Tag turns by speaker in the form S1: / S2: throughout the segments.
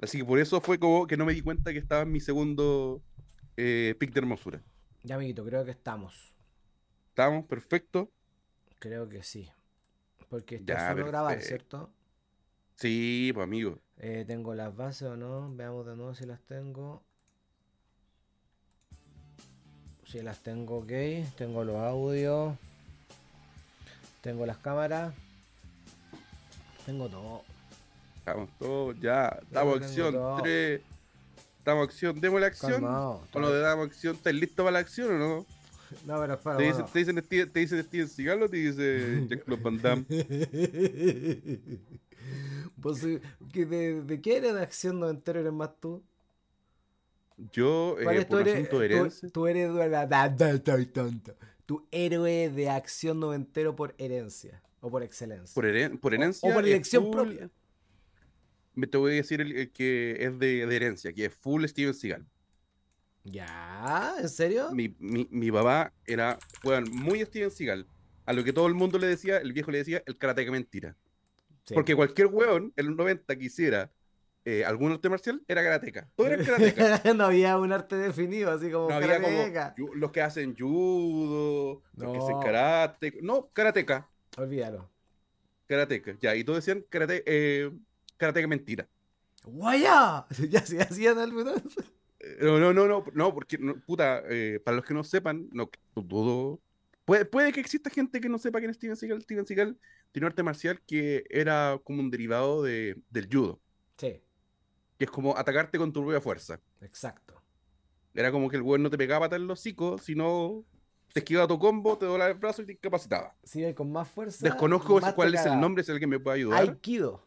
S1: Así que por eso fue como que no me di cuenta que estaba en mi segundo eh, pick de hermosura.
S2: Ya, amiguito, creo que estamos.
S1: ¿Estamos? ¿Perfecto?
S2: Creo que sí. Porque esto
S1: Ya,
S2: es solo grabar,
S1: perfecto.
S2: ¿cierto?
S1: Sí, pues amigo.
S2: Eh, ¿Tengo las bases o no? Veamos de nuevo si las tengo. Si las tengo, ok. Tengo los audios. Tengo las cámaras. Tengo todo.
S1: Estamos todos, ya. Estamos
S2: tengo
S1: acción
S2: todo.
S1: 3. Estamos acción. ¿Demos la acción?
S2: Calmado,
S1: ¿O no
S2: todo.
S1: le damos acción? ¿Estás listo para la acción o no?
S2: No, pero espera.
S1: Te dicen,
S2: bueno.
S1: te dicen, Steven- te dicen Steven Seagal o te dice Jack Van Damme.
S2: Vos soy- que de, de qué era de acción no entero eres más tú?
S1: Yo, eh,
S2: ¿Cuál es tu
S1: por un
S2: héroe?
S1: asunto de
S2: tu-
S1: herencia.
S2: tu héroe de la- da- da- da- tonto. Tu héroe de acción noventero por herencia o por excelencia.
S1: Por, e- heren- por
S2: O-
S1: herencia.
S2: O, por
S1: es
S2: elección
S1: full-
S2: propia.
S1: Me te voy a decir el, el que es de, de herencia, que es full Steven Seagal.
S2: ¿Ya? ¿En serio?
S1: Mi, mi- mi papá era weón, muy Steven Seagal. A lo que todo el mundo le decía, el viejo le decía el karateka mentira.
S2: Sí.
S1: Porque cualquier weón en los 90 que hiciera eh, algún arte marcial era karateka. Todo era karateka.
S2: no había un arte definido, así como
S1: No había como
S2: Oh, karateka.
S1: yu- los que hacen judo, los que hacen
S2: No.
S1: karate. No, karateka.
S2: Olvídalo.
S1: Karateka. Ya, y todos decían karate, eh, karateka mentira.
S2: ¡Guaya! Ya se hacían algo, ¿no?
S1: Eh, No, no, no, no, no, porque, no, puta, eh, para los que no sepan, no dudo. Puede, puede que exista gente que no sepa quién es Steven Seagal. Steven Seagal tiene un arte marcial que era como un derivado de, del judo,
S2: Sí,
S1: que es como atacarte con tu propia fuerza.
S2: exacto.
S1: Era como que el weón no te pegaba tan el hocico, sino te esquivaba tu combo, te doblaba el brazo y te incapacitaba.
S2: Sigue con más fuerza.
S1: Desconozco
S2: más
S1: cuál es el
S2: tocada.
S1: nombre, si alguien me puede ayudar.
S2: Aikido.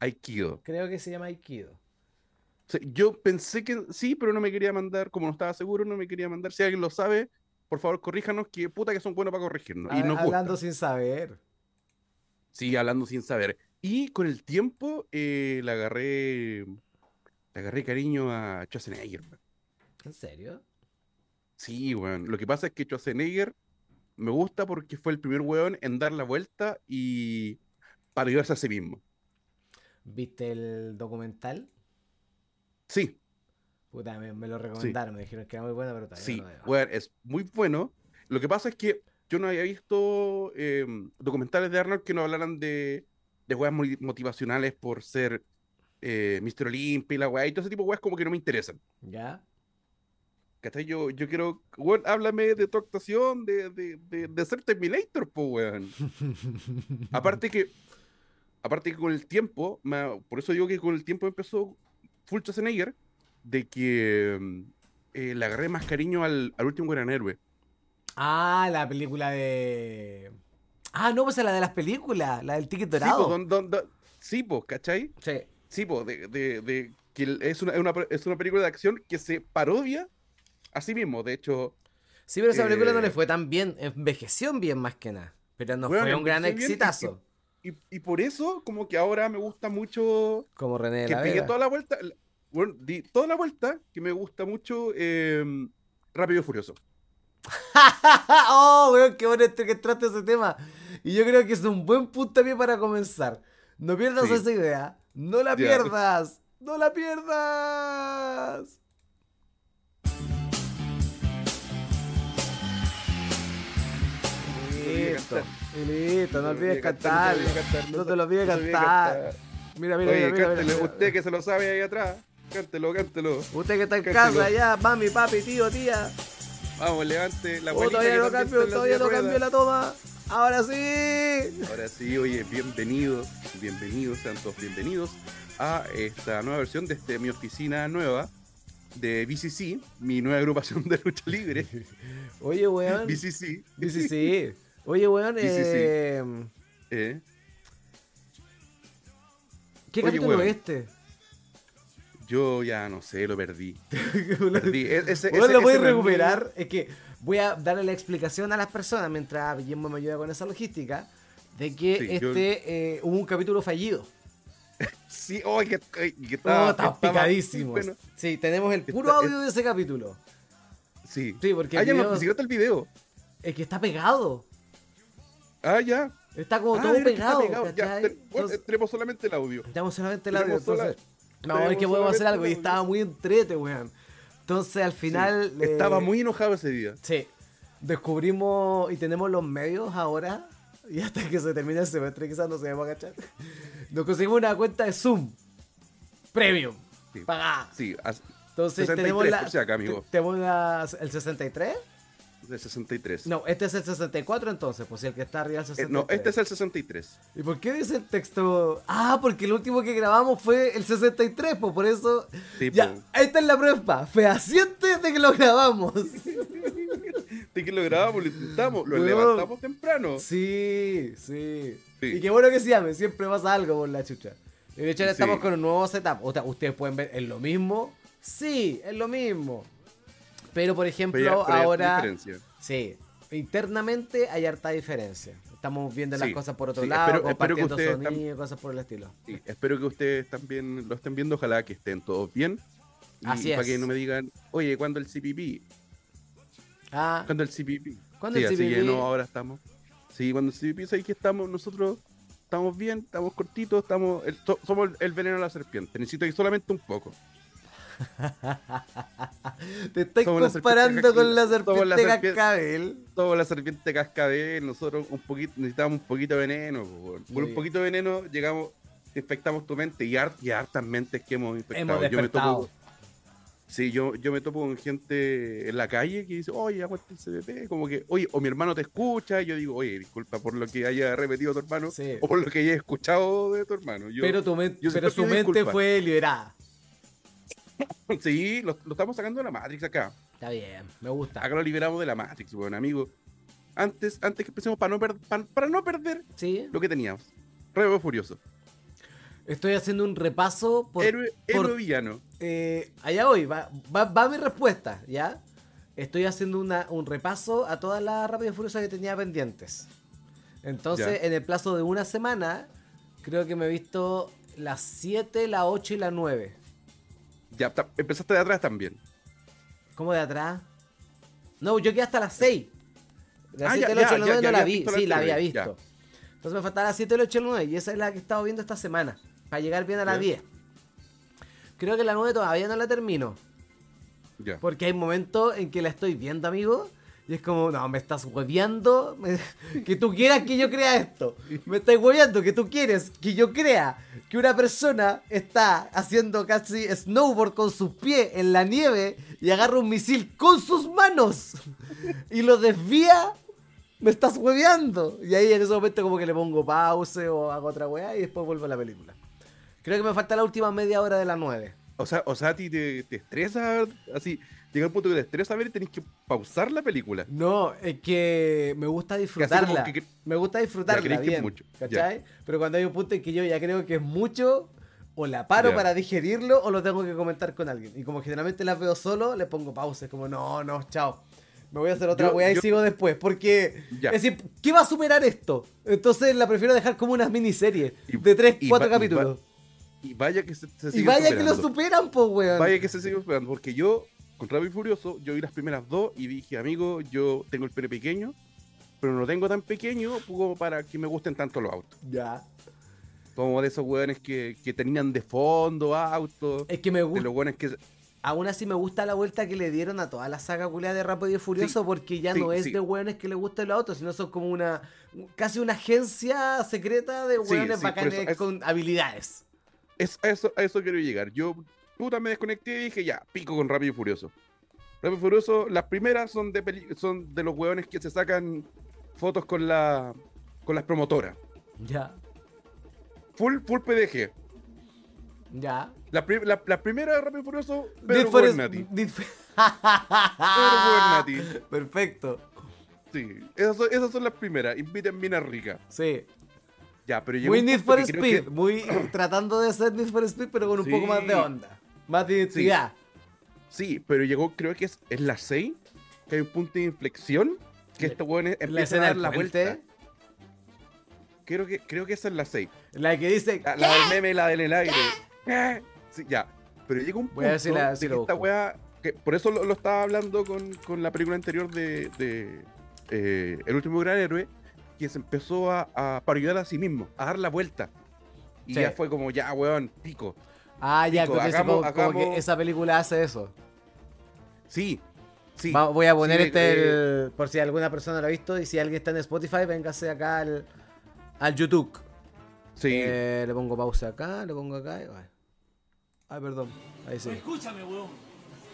S1: Aikido.
S2: Creo que se llama Aikido.
S1: O sea, yo pensé que sí, pero no me quería mandar, como no estaba seguro, no me quería mandar. Si alguien lo sabe, por favor, corríjanos, que puta que son buenos para corregirnos. Y
S2: Ha-
S1: nos gusta.
S2: hablando sin saber.
S1: Sí, hablando sin saber. Y con el tiempo eh, le agarré, le agarré cariño a Schwarzenegger. weón.
S2: ¿En serio?
S1: Sí, weón. Lo que pasa es que Schwarzenegger me gusta porque fue el primer weón en dar la vuelta y parodiarse a sí mismo.
S2: ¿Viste el documental?
S1: Sí,
S2: Puta, me, me lo recomendaron, me dijeron que era muy bueno, pero todavía
S1: sí,
S2: no lo veo.
S1: weón, es muy bueno. Lo que pasa es que yo no había visto eh, documentales de Arnold que no hablaran de, de weas muy motivacionales por ser eh, Mr. Olympia y la wea y todo ese tipo de weas como que no me interesan.
S2: ¿Ya?
S1: ¿Cachai? Yo, yo quiero, weón, háblame de tu actuación, de, de, de, de ser Terminator, po, weón. Aparte que, aparte que con el tiempo, me ha- por eso digo que con el tiempo empezó Full Schwarzenegger, de que mm, eh, le agarré más cariño al, al último gran héroe.
S2: Ah, la película de. Ah, no, pues la de las películas, la del ticket
S1: Sí, pues, po,
S2: dorado.
S1: don- don- don- sí, po, ¿cachai?
S2: Sí,
S1: Sí, po, de, de, de que el- es una, es una- es una película de acción que se parodia a sí mismo. De hecho,
S2: Sí, pero esa película no
S1: Eh,
S2: le fue tan bien, envejeció bien más que nada. Pero no
S1: Bueno,
S2: fue un gran
S1: envejeció bien pues, y-
S2: exitazo.
S1: y, y por eso, como que ahora me gusta mucho.
S2: Como René de
S1: que
S2: la
S1: pegué
S2: Vega.
S1: toda la vuelta, la- bueno, di toda la vuelta, que me gusta mucho eh, Rápido y Furioso.
S2: oh, weón, qué bueno este que trate ese tema. Y yo creo que es un buen puntapié para comenzar. No pierdas
S1: Sí.
S2: esa idea. No la
S1: Ya.
S2: pierdas. No la pierdas.
S1: olvides
S2: Listo.
S1: cantar.
S2: y Listo, no olvides
S1: cantar,
S2: cantarlo. No te lo
S1: olvides
S2: olvides
S1: cantar,
S2: cantar. Mira, mira,
S1: Oye,
S2: mira, mira, mira,
S1: cántelo,
S2: mira.
S1: usted que se lo sabe ahí atrás, cántelo, cántelo.
S2: Usted que está en
S1: cántelo.
S2: casa ya, mami, papi, tío, tía.
S1: Vamos, levante la
S2: Oh,
S1: abuelita
S2: todavía
S1: que
S2: no
S1: también está
S2: cambio,
S1: en
S2: todavía
S1: la
S2: no
S1: silla de
S2: cambio la
S1: ruedas.
S2: toma. Ahora sí.
S1: Ahora sí, oye, bienvenidos, bienvenidos, sean todos bienvenidos a esta nueva versión de este, mi oficina nueva de BCC, mi nueva agrupación de lucha libre,
S2: Oye, weón.
S1: BCC.
S2: Dice sí. Oye, weón,
S1: Dice sí.
S2: eh,
S1: eh.
S2: ¿qué
S1: Oye,
S2: capítulo
S1: weón.
S2: es este?
S1: Yo ya no sé, lo perdí. Perdí. E- Ese,
S2: Weón,
S1: ese-
S2: lo voy a
S1: ese reunión-
S2: recuperar. Es que voy a darle la explicación a las personas mientras Guillermo me ayuda con esa logística de que
S1: Sí, yo-
S2: este eh, hubo un capítulo fallido.
S1: Sí, oh, que, ay, que
S2: Todo
S1: estaba,
S2: está
S1: estaba-
S2: picadísimo.
S1: bueno,
S2: sí, tenemos el puro
S1: Está-
S2: audio de ese capítulo.
S1: sí.
S2: Sí, porque
S1: Ah,
S2: el
S1: ya no,
S2: video-
S1: ni siquiera está el video.
S2: Es que está pegado.
S1: Ah, ya.
S2: Está como
S1: Ah,
S2: todo
S1: mira que está
S2: pegado.
S1: pegado. Ya,
S2: ¿cachai?
S1: ten- bueno,
S2: Entonces,
S1: tenemos solamente el audio.
S2: tenemos solamente el audio.
S1: tenemos sola-
S2: Entonces, No, es que podemos hacer algo. Y estaba muy entrete, weón. Entonces al final. eh,
S1: Estaba muy enojado ese día.
S2: Sí. Descubrimos y tenemos los medios ahora. Y hasta que se termine el semestre, quizás no se va a cachar. Nos conseguimos una cuenta de Zoom. Premium.
S1: Sí.
S2: Pagada.
S1: Sí, as-
S2: Entonces
S1: 63
S2: tenemos la.
S1: por si acá, amigo.
S2: te- Tenemos la- el 63.
S1: de 63.
S2: No, este es el 64 entonces, pues si el que está arriba es el
S1: Eh,
S2: 63.
S1: no, este es el 63.
S2: ¿Y por qué dice el texto? Ah, porque el último que grabamos fue el 63, pues por eso.
S1: Sí, pues.
S2: ya,
S1: po.
S2: esta es la prueba. Fehaciente de que lo grabamos.
S1: De que lo grabamos, lo intentamos, lo
S2: Weón.
S1: levantamos temprano.
S2: sí, sí,
S1: Sí.
S2: Y qué bueno que se llame, siempre pasa algo por la chucha. Y de hecho, ahora
S1: Sí.
S2: estamos con un nuevo setup. O sea, ustedes pueden ver, ¿es lo mismo? Sí, es lo mismo. Pero por ejemplo,
S1: Pero ya- pero ya
S2: ahora.
S1: hay diferencia.
S2: Sí, internamente hay harta diferencia. Estamos viendo las
S1: Sí,
S2: cosas por otro
S1: sí,
S2: lado,
S1: espero- espero que
S2: compartiendo
S1: ustedes tam-
S2: sonido, cosas por el estilo.
S1: Sí, espero que ustedes también lo estén viendo, ojalá que estén todos bien. Y
S2: Así
S1: para
S2: es.
S1: que no me digan, oye, ¿cuándo el CPP?
S2: Ah,
S1: ¿Cuándo el CPP?
S2: ¿Cuándo
S1: sí,
S2: el
S1: así que
S2: CPP?
S1: no, ahora estamos. Sí, cuando el CPP, es ahí que estamos, nosotros estamos bien, estamos cortitos, estamos el- so- somos el- el veneno a la serpiente. Necesito ir solamente un poco.
S2: te estoy
S1: somos la
S2: comparando
S1: serpiente
S2: con la
S1: cascabel.
S2: serpiente
S1: Somos la serpiente-
S2: cascabel.
S1: Toda la serpiente cascabel, nosotros un poquito, necesitamos un poquito de veneno. po, weón. Por
S2: Sí.
S1: un poquito de veneno llegamos, infectamos tu mente y, har- y hartas mentes que hemos infectado.
S2: Hemos
S1: Yo me topo-
S2: despertado.
S1: Sí, yo, yo me topo con gente en la calle que dice, oye, aguanta el CDP, como que, oye, o mi hermano te escucha, y yo digo, oye, disculpa por lo que haya repetido tu hermano,
S2: Sí.
S1: o por lo que haya escuchado de tu hermano. Yo,
S2: pero tu men-
S1: yo siempre
S2: pero su
S1: pido
S2: mente
S1: disculpas.
S2: fue liberada.
S1: Sí, lo, lo estamos sacando de la Matrix acá.
S2: Está bien, me gusta.
S1: Acá lo liberamos de la Matrix, buen amigo. Antes, antes que empecemos, para no, per- pa- para no perder
S2: Sí,
S1: lo que teníamos. Rebo Furioso.
S2: estoy haciendo un repaso por...
S1: héroe,
S2: por-
S1: héroe villano.
S2: eh, allá voy, va, va, va mi respuesta, ¿ya? Estoy haciendo una, un repaso a todas las Rápido y Furiosa que tenía pendientes. Entonces,
S1: Ya.
S2: en el plazo de una semana, creo que me he visto las 7, la 8 y la 9.
S1: Ya, ta- empezaste de atrás también.
S2: ¿Cómo de atrás? No, yo quedé hasta las 6. La
S1: Ah,
S2: 7,
S1: ya,
S2: la 8
S1: ya, ya,
S2: la 9
S1: ya
S2: no la
S1: habías
S2: vi.
S1: visto la
S2: Sí, la había
S1: anterior,
S2: visto. Entonces me faltaba la 7, la 8 y la 9. Y esa es la que he estado viendo esta semana. Para llegar bien a la
S1: Ya.
S2: 10. Creo que la 9 todavía no la termino.
S1: Ya.
S2: Porque hay momentos en que la estoy viendo, amigo. Y es como, no, me estás hueveando. me- que tú quieras que yo crea esto. Me estás hueveando, que tú quieres que yo crea que una persona está haciendo casi snowboard con sus pies en la nieve y agarra un misil con sus manos y lo desvía. Me estás hueveando. Y ahí en ese momento como que le pongo pause o hago otra weá y después vuelvo a la película. Creo que me falta la última media hora de la 9.
S1: O sea, o sea, a ti te, te estresa así. Llega un punto que te estresa a ver y tenés que pausar la película.
S2: No, es que me gusta
S1: Que así como
S2: disfrutarla.
S1: que- que-
S2: Me gusta disfrutarla
S1: creéis que es
S2: bien,
S1: mucho, ya.
S2: ¿cachai? Pero cuando hay un punto en que yo ya creo que es mucho, o la paro
S1: Ya.
S2: para digerirlo o lo tengo que comentar con alguien. Y como generalmente las veo solo, le pongo pausa. Es como, no, no, chao. Me voy a hacer otra
S1: Yo-
S2: weá y
S1: yo-
S2: sigo después. Porque,
S1: Ya.
S2: es decir, ¿qué va a superar esto? Entonces la prefiero dejar como unas miniseries
S1: Y-
S2: de 3,
S1: y
S2: 4
S1: va- y va-
S2: capítulos.
S1: Y vaya que se, se
S2: Y,
S1: sigue
S2: vaya
S1: superando.
S2: que lo superan, pues, weón.
S1: Vaya que se sigue superando. Porque yo, con Rápido y Furioso, yo vi las primeras dos y dije, amigo, yo tengo el pene pequeño, pero no lo tengo tan pequeño como para que me gusten tanto los autos.
S2: Ya.
S1: Como de esos hueones que, que terminan de fondo autos.
S2: Es que me gusta.
S1: De los hueones que
S2: Aún así me gusta la vuelta que le dieron a toda la saga culia de Rápido y Furioso porque ya
S1: sí,
S2: no es
S1: sí.
S2: de hueones que le gusten los autos, sino son como una casi una agencia secreta de
S1: Sí,
S2: hueones
S1: sí, por
S2: bacanes
S1: eso es-
S2: con habilidades.
S1: Es, a, eso, a eso quiero llegar. Yo puta me desconecté y dije, ya, pico con Rápido y Furioso. Rápido y Furioso, las primeras son de, peli- son de los hueones que se sacan fotos con, la, con las promotoras.
S2: Ya,
S1: Full, full PDG.
S2: ya.
S1: La, pri- la, la primera de Rápido y Furioso,
S2: Need
S1: Pedro
S2: for Speed-
S1: Guernati.
S2: Need for-
S1: Pedro Guernati.
S2: Perfecto.
S1: Sí, esas son, esas son las primeras. Inviten minas ricas.
S2: Sí.
S1: Ya, pero llegó
S2: Muy
S1: un
S2: Need
S1: punto
S2: for
S1: que creo que-
S2: Speed. Muy tratando de ser Need for Speed, pero con un poco
S1: Sí.
S2: más de onda. Más de identidad.
S1: sí, pero llegó, creo que es, es la 6, que hay un punto de inflexión, que este estos hueones
S2: La
S1: empiezan a
S2: escena
S1: dar
S2: del
S1: la
S2: puente.
S1: vuelta. Creo que, creo que esa es la 6.
S2: La que dice.
S1: La, la del meme, la del en el aire. ¿Qué? Sí, ya. Pero llega un punto
S2: Voy a ver si la-
S1: de
S2: si
S1: que
S2: lo
S1: esta
S2: busco.
S1: weá. que por eso lo, lo estaba hablando con, con la película anterior de, de, eh, El último gran héroe, que se empezó a, a parodiar a sí mismo, a dar la vuelta. Y
S2: Sí.
S1: ya fue como, ya, weón, pico.
S2: Ah, ya,
S1: Pico,
S2: creo que eso
S1: hagamos-
S2: como- como que
S1: hagamos-
S2: esa película hace eso.
S1: Sí, sí.
S2: Va- voy a poner
S1: Sí,
S2: este,
S1: eh,
S2: el- por si alguna persona lo ha visto, y si alguien está en Spotify, véngase acá al, al YouTube.
S1: sí.
S2: Eh, le pongo pausa acá, le pongo acá. y- ay. Ay, perdón. Ahí
S3: Pero
S2: sí.
S3: escúchame, weón.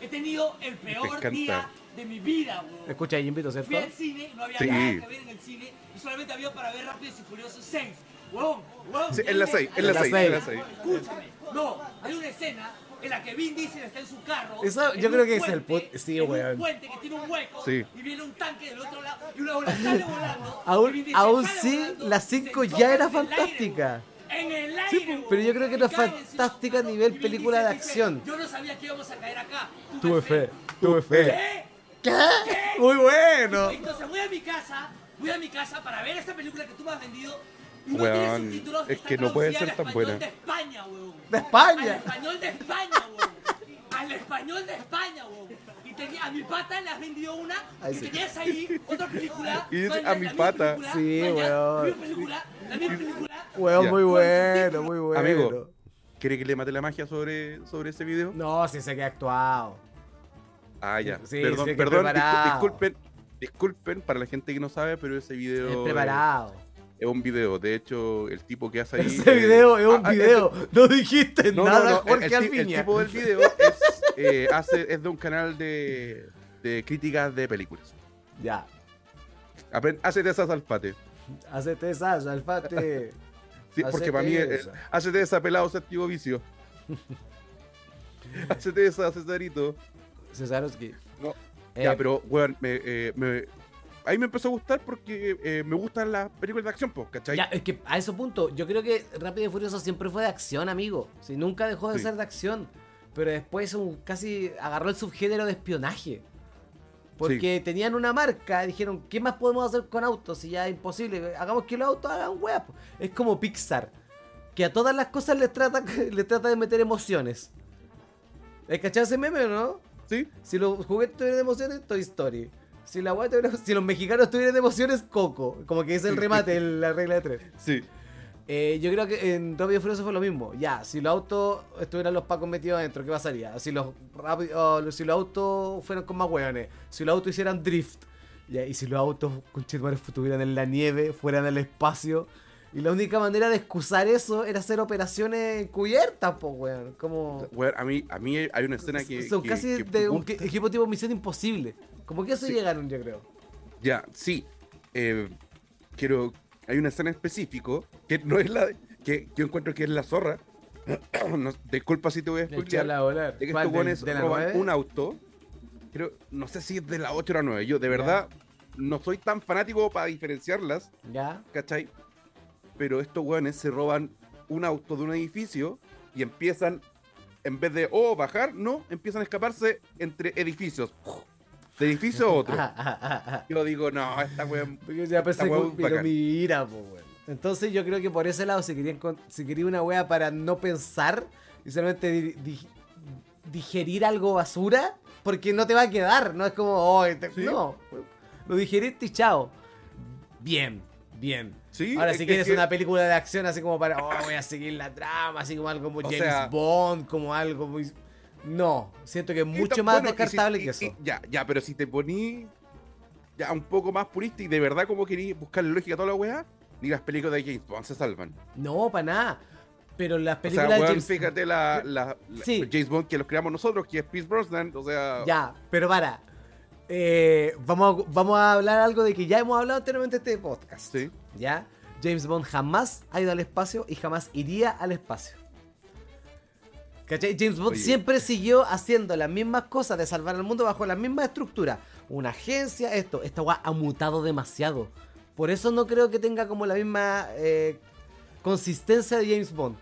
S3: He tenido el
S1: encanta.
S3: peor día de mi vida, weón.
S2: Escucha, ahí invito, ¿cierto?
S3: Fui al cine, no había
S1: Sí.
S3: nada que ver en el cine y solamente había para ver Rápidos y Furiosos 6. Weón, weón.
S1: Sí, en la seis, en
S2: la
S3: Hay
S2: seis,
S3: una
S2: en la
S3: escena- Escúchame. No, hay una escena en la que Vin Diesel está en su carro.
S2: Esa-
S3: en
S2: yo
S3: un
S2: creo que es el
S3: puente,
S2: pu- sí,
S3: en un
S2: weón.
S3: puente que tiene un hueco
S1: Sí.
S3: y viene un tanque del otro lado y una bola sale volando.
S2: Aún-
S3: y Vin Diesel
S2: aún
S3: sale
S2: sí,
S3: volando
S2: la
S3: y se
S2: cinco ya
S3: choca
S2: era
S3: en el aire,
S2: fantástica.
S3: weón. En el aire,
S2: Sí,
S3: weón.
S2: pero yo creo que
S3: Y
S2: era
S3: cae encima
S2: fantástica a
S3: de un
S2: nivel
S3: auto y Vin
S2: película
S3: Diesel
S2: de
S3: dice,
S2: acción.
S3: Yo no sabía que íbamos a caer acá.
S2: Tuve fe, tuve fe.
S3: ¿Qué?
S2: ¿Qué? Muy bueno.
S3: Entonces voy a mi casa, voy a mi casa para ver esta película que tú me has vendido. Y no
S1: Weón,
S3: tiene subtítulos,
S1: es
S3: está
S1: que no puede
S3: traducida
S1: ser
S3: al
S1: tan
S3: español
S1: buena.
S3: De España, weón.
S2: De España.
S3: Al español de España, weón. Al español de España, weón. Y tenía, a mi pata le has vendido una
S2: Ay,
S3: que
S2: sí.
S3: tenías ahí, otra película.
S1: Y dice,
S3: mañana
S1: a
S3: la
S1: mi
S3: misma
S1: pata.
S3: película,
S2: Sí,
S3: mañana
S2: weón.
S3: La misma película, la misma película.
S2: Weón,
S1: Ya.
S2: muy bueno, muy bueno.
S1: Amigo, ¿quiere que le mate la magia sobre, sobre ese video?
S2: No, sí se que ha actuado.
S1: Ah, ya.
S2: Sí,
S1: perdón,
S2: sí, que
S1: perdón. discul-
S2: preparado.
S1: disculpen, disculpen para la gente que no sabe, pero ese video.
S2: Es
S1: eh,
S2: preparado.
S1: Es un video, de hecho, el tipo que hace ahí.
S2: Ese
S1: eh,
S2: video es un
S1: ah, ah,
S2: video. No dijiste
S1: ese- no, no,
S2: nada,
S1: no, el-
S2: Jorge
S1: el, ti- el
S2: Alviña.
S1: tipo del video es, eh, hace, es de un canal de, de críticas de películas.
S2: Ya.
S1: Apren- Hace de esas al pate.
S2: Hacete esa, alfate.
S1: Sí, porque para mí,
S2: Hacete
S1: eh,
S2: esa.
S1: hacete esa pelado séptimo vicio. hacete esa, Cesarito.
S2: Cesarowski.
S1: No,
S2: Eh,
S1: ya, pero, weón, me, eh, me- ahí me empezó a gustar porque eh, me gustan las películas de acción, po, ¿cachai?
S2: ya, es que a ese punto, yo creo que Rápido y Furioso siempre fue de acción, amigo. Si nunca dejó de
S1: Sí.
S2: ser de acción. Pero después un- casi agarró el subgénero de espionaje. Porque tenían una marca y dijeron, ¿qué más podemos hacer con autos? Si ya es imposible, hagamos que los autos hagan web. Es como Pixar, que a todas las cosas les trata, les trata de meter emociones. ¿Es cachado ese meme o no?
S1: Sí,
S2: Si los juguetes tuvieran emociones, Toy Story. Si, la weá tuviera- si los mexicanos tuvieran emociones, Coco. Como que es el remate, el- la regla de tres.
S1: sí.
S2: Eh, yo creo que en Rápido y Furioso fue lo mismo. Ya, si los autos estuvieran los pacos metidos adentro, ¿qué pasaría? Si los, rápido- oh, si los autos fueran con más hueones, si los autos hicieran drift, ya, y si los autos con estuvieran en la nieve, fueran al espacio. Y la única manera de excusar eso era hacer operaciones encubiertas, po, weón. Como.
S1: Weón, a mí, a mí hay una escena que.
S2: Oh. son
S1: que-
S2: casi
S1: que
S2: de un
S1: gusta.
S2: que- equipo tipo Misión Imposible. Como que eso
S1: Sí.
S2: llegaron, yo creo.
S1: Ya, sí. Eh, quiero. Hay una escena específico que no es la. que yo encuentro que es la zorra. No, disculpa si te voy a spoilear.
S2: volar.
S1: de que estos guanes roban un auto. Creo, no sé si es de la 8 o la 9. Yo, de
S2: Ya.
S1: verdad, no soy tan fanático para diferenciarlas,
S2: Ya.
S1: ¿cachai? Pero estos guanes se roban un auto de un edificio y empiezan, en vez de, oh, bajar, no, empiezan a escaparse entre edificios. De edificio a otro.
S2: Ajá, ajá, ajá.
S1: Yo digo, no, esta weón.
S2: Porque ya pensé
S1: Esta
S2: que-
S1: hueá es
S2: pero
S1: bacán.
S2: mira, po, weón. Entonces yo creo que por ese lado, si quería, encon- si quería una wea para no pensar y solamente di- di- digerir algo basura, porque no te va a quedar, no es como, oh, este-
S1: Sí.
S2: no, lo digeriste y chao. Bien, bien.
S1: Sí,
S2: Ahora,
S1: es-
S2: si
S1: es
S2: quieres
S1: que-
S2: una película de acción así como para, oh, voy a seguir la trama, así como algo como
S1: O
S2: James
S1: sea-
S2: Bond, como algo muy... No, siento que es
S1: Y
S2: mucho
S1: tam-
S2: más
S1: bueno, y si-
S2: descartable
S1: y-
S2: que eso.
S1: y- ya, ya, pero si te poní ya un poco más purista y de verdad como querís buscarle lógica a toda la weá, ni las películas de James Bond se salvan.
S2: No, para nada. Pero las
S1: O sea,
S2: películas de
S1: weón,
S2: James
S1: fíjate la, la- la-
S2: Sí.
S1: James Bond que los creamos nosotros, que es Pierce Brosnan, o sea...
S2: Ya, pero para. Eh, vamos, a, vamos a hablar algo de que ya hemos hablado anteriormente en este podcast.
S1: Sí.
S2: ¿Ya? James Bond jamás ha ido al espacio y jamás iría al espacio. ¿Cachai? James Bond
S1: Oye.
S2: siempre siguió haciendo las mismas cosas de salvar al mundo bajo la misma estructura. Una agencia, esto. Esta weá ha mutado demasiado. Por eso no creo que tenga como la misma eh, consistencia de James Bond.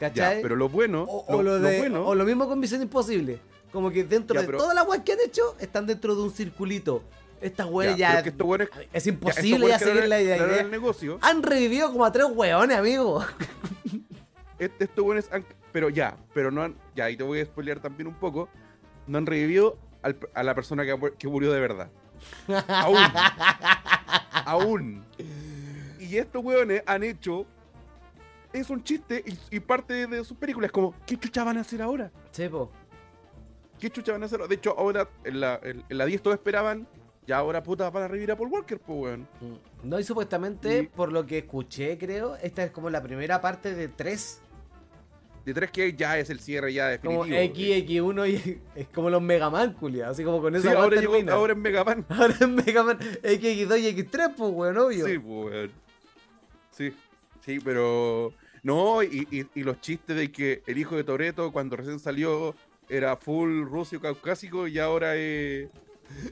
S1: Ya,
S2: ¿Cachai?
S1: pero lo bueno,
S2: O,
S1: lo,
S2: o lo
S1: lo
S2: de-
S1: bueno,
S2: o lo mismo con Misión Imposible. Como que dentro
S1: Ya,
S2: de
S1: pero-
S2: todas las weas que han hecho, están dentro de un circulito. Estas weas
S1: ya,
S2: ya.
S1: pero que estos weones- ya,
S2: es
S1: estos
S2: imposible
S1: weones
S2: ya,
S1: crearon
S2: seguir
S1: el-
S2: la idea.
S1: crearon el negocio,
S2: Han revivido como a tres weones, amigo.
S1: este- estos buenos han... Pero ya, pero no han... Ya, ahí te voy a spoilear también un poco. No han revivido al- a la persona que, mu- que murió de verdad. Aún. Aún. Y estos hueones han hecho parte es un chiste y, y parte de sus películas. Como, ¿qué chucha van a hacer ahora?
S2: Chepo.
S1: ¿Qué chucha van a hacer? De hecho, ahora en la, en, en la 10 todos esperaban. Y ahora puta van a revivir a Paul Walker, pues weón.
S2: No, y supuestamente,
S1: Y-
S2: por lo que escuché, creo, esta es como la primera parte de tres.
S1: De 3 que ya es el cierre ya definitivo.
S2: Como X, X1 y es como los Mega Man, culiao, Así como con
S1: eh. Sí,
S2: esa weá
S1: ahora, llegó,
S2: termina.
S1: ahora en Megaman.
S2: Ahora es Mega Man X, X2 y X3, pues, weón, obvio.
S1: Sí, pues, weón. Sí, sí, pero. No, y, y- y los chistes de que el hijo de Toreto, cuando recién salió, era full ruso caucásico y ahora es.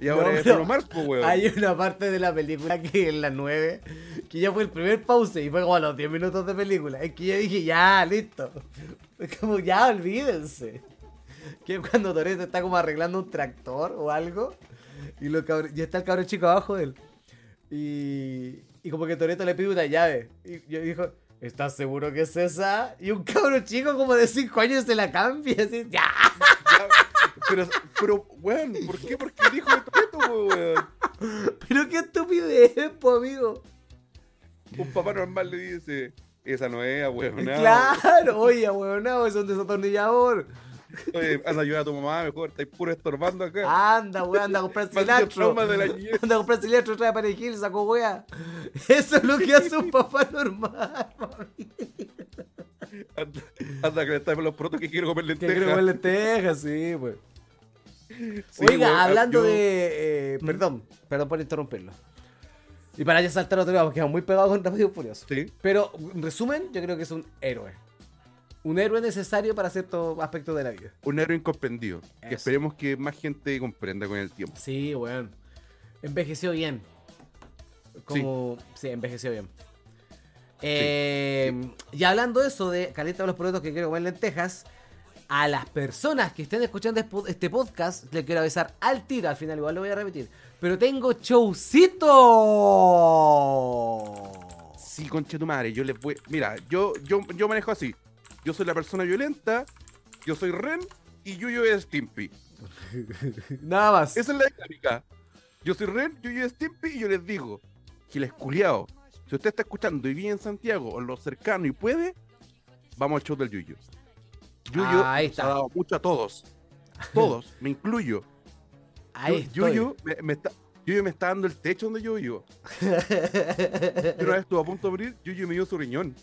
S1: Y ahora
S2: No,
S1: es
S2: pero
S1: Bruno Mars, pues, weón.
S2: Hay una parte de la película que en la 9, que ya fue el primer pause y fue como a los 10 minutos de película. Es que yo dije, ya, listo. Es como, ya, olvídense. Que es cuando Toreto está como arreglando un tractor o algo. Y, los cabros- y está el cabrón chico abajo de él. Y, y como que Toreto le pide una llave. Y yo dijo, ¿estás seguro que es esa? Y un cabrón chico como de 5 años se la cambia. Así, ya.
S1: Ya, pero, pero, weón, ¿por qué? Porque el hijo de Toreto, weón.
S2: Pero qué estupidez, po, amigo.
S1: Un papá normal le dice: Esa no es, weón.
S2: Claro, oye, huevonao, es un desatornillador.
S1: Anda a ayudar a tu mamá, mejor. Estás puro estorbando acá.
S2: Anda, weón, anda a comprar
S1: Maldito
S2: cilantro.
S1: trauma de la niñez.
S2: Anda a comprar cilantro, trae perejil, sacó wea. Eso es lo que hace un papá normal.
S1: Anda, anda que le estás los protos que quiero comer
S2: Que
S1: lentejas.
S2: creo que lentejas, sí, pues.
S1: Sí,
S2: Oiga,
S1: weón, ah,
S2: hablando
S1: yo- Mm.
S2: de. eh, perdón, perdón por interrumpirlo. Y para ya saltar otro lado, porque quedamos muy pegados con Rápido y Furioso.
S1: Sí.
S2: Pero, en resumen, yo creo que es un héroe. Un héroe necesario para ciertos aspectos de la vida.
S1: un héroe incomprendido. Que
S2: Eso.
S1: esperemos que más gente comprenda con el tiempo.
S2: Sí, weón. Envejeció bien. Como. Sí, envejeció bien. Eh, Y hablando de eso, de caleta de los productos que quiero comer lentejas, a las personas que estén escuchando espo- este podcast, les quiero avisar al tiro, al final igual lo voy a repetir. Pero tengo showcito.
S1: Sí, conche tu madre, yo les voy. Mira, yo, yo, yo manejo así. Yo soy la persona violenta, yo soy Ren y Yuyo es Stimpy.
S2: Nada más.
S1: Esa es la dinámica. Yo soy Ren, Yuyo es Stimpy y yo les digo, Giles culiao, si usted está escuchando y vive en Santiago o en lo cercano y puede, vamos al show del Yuyo. Yuyo
S2: Ah, Ahí
S1: nos
S2: está.
S1: ha dado mucho a todos. Todos, me incluyo.
S2: Ahí
S1: Yo-
S2: estoy.
S1: Yuyo me, me está, Yuyo me está dando el techo donde yo vivo. Yo una vez estuve a punto de morir, Yuyo me dio su riñón.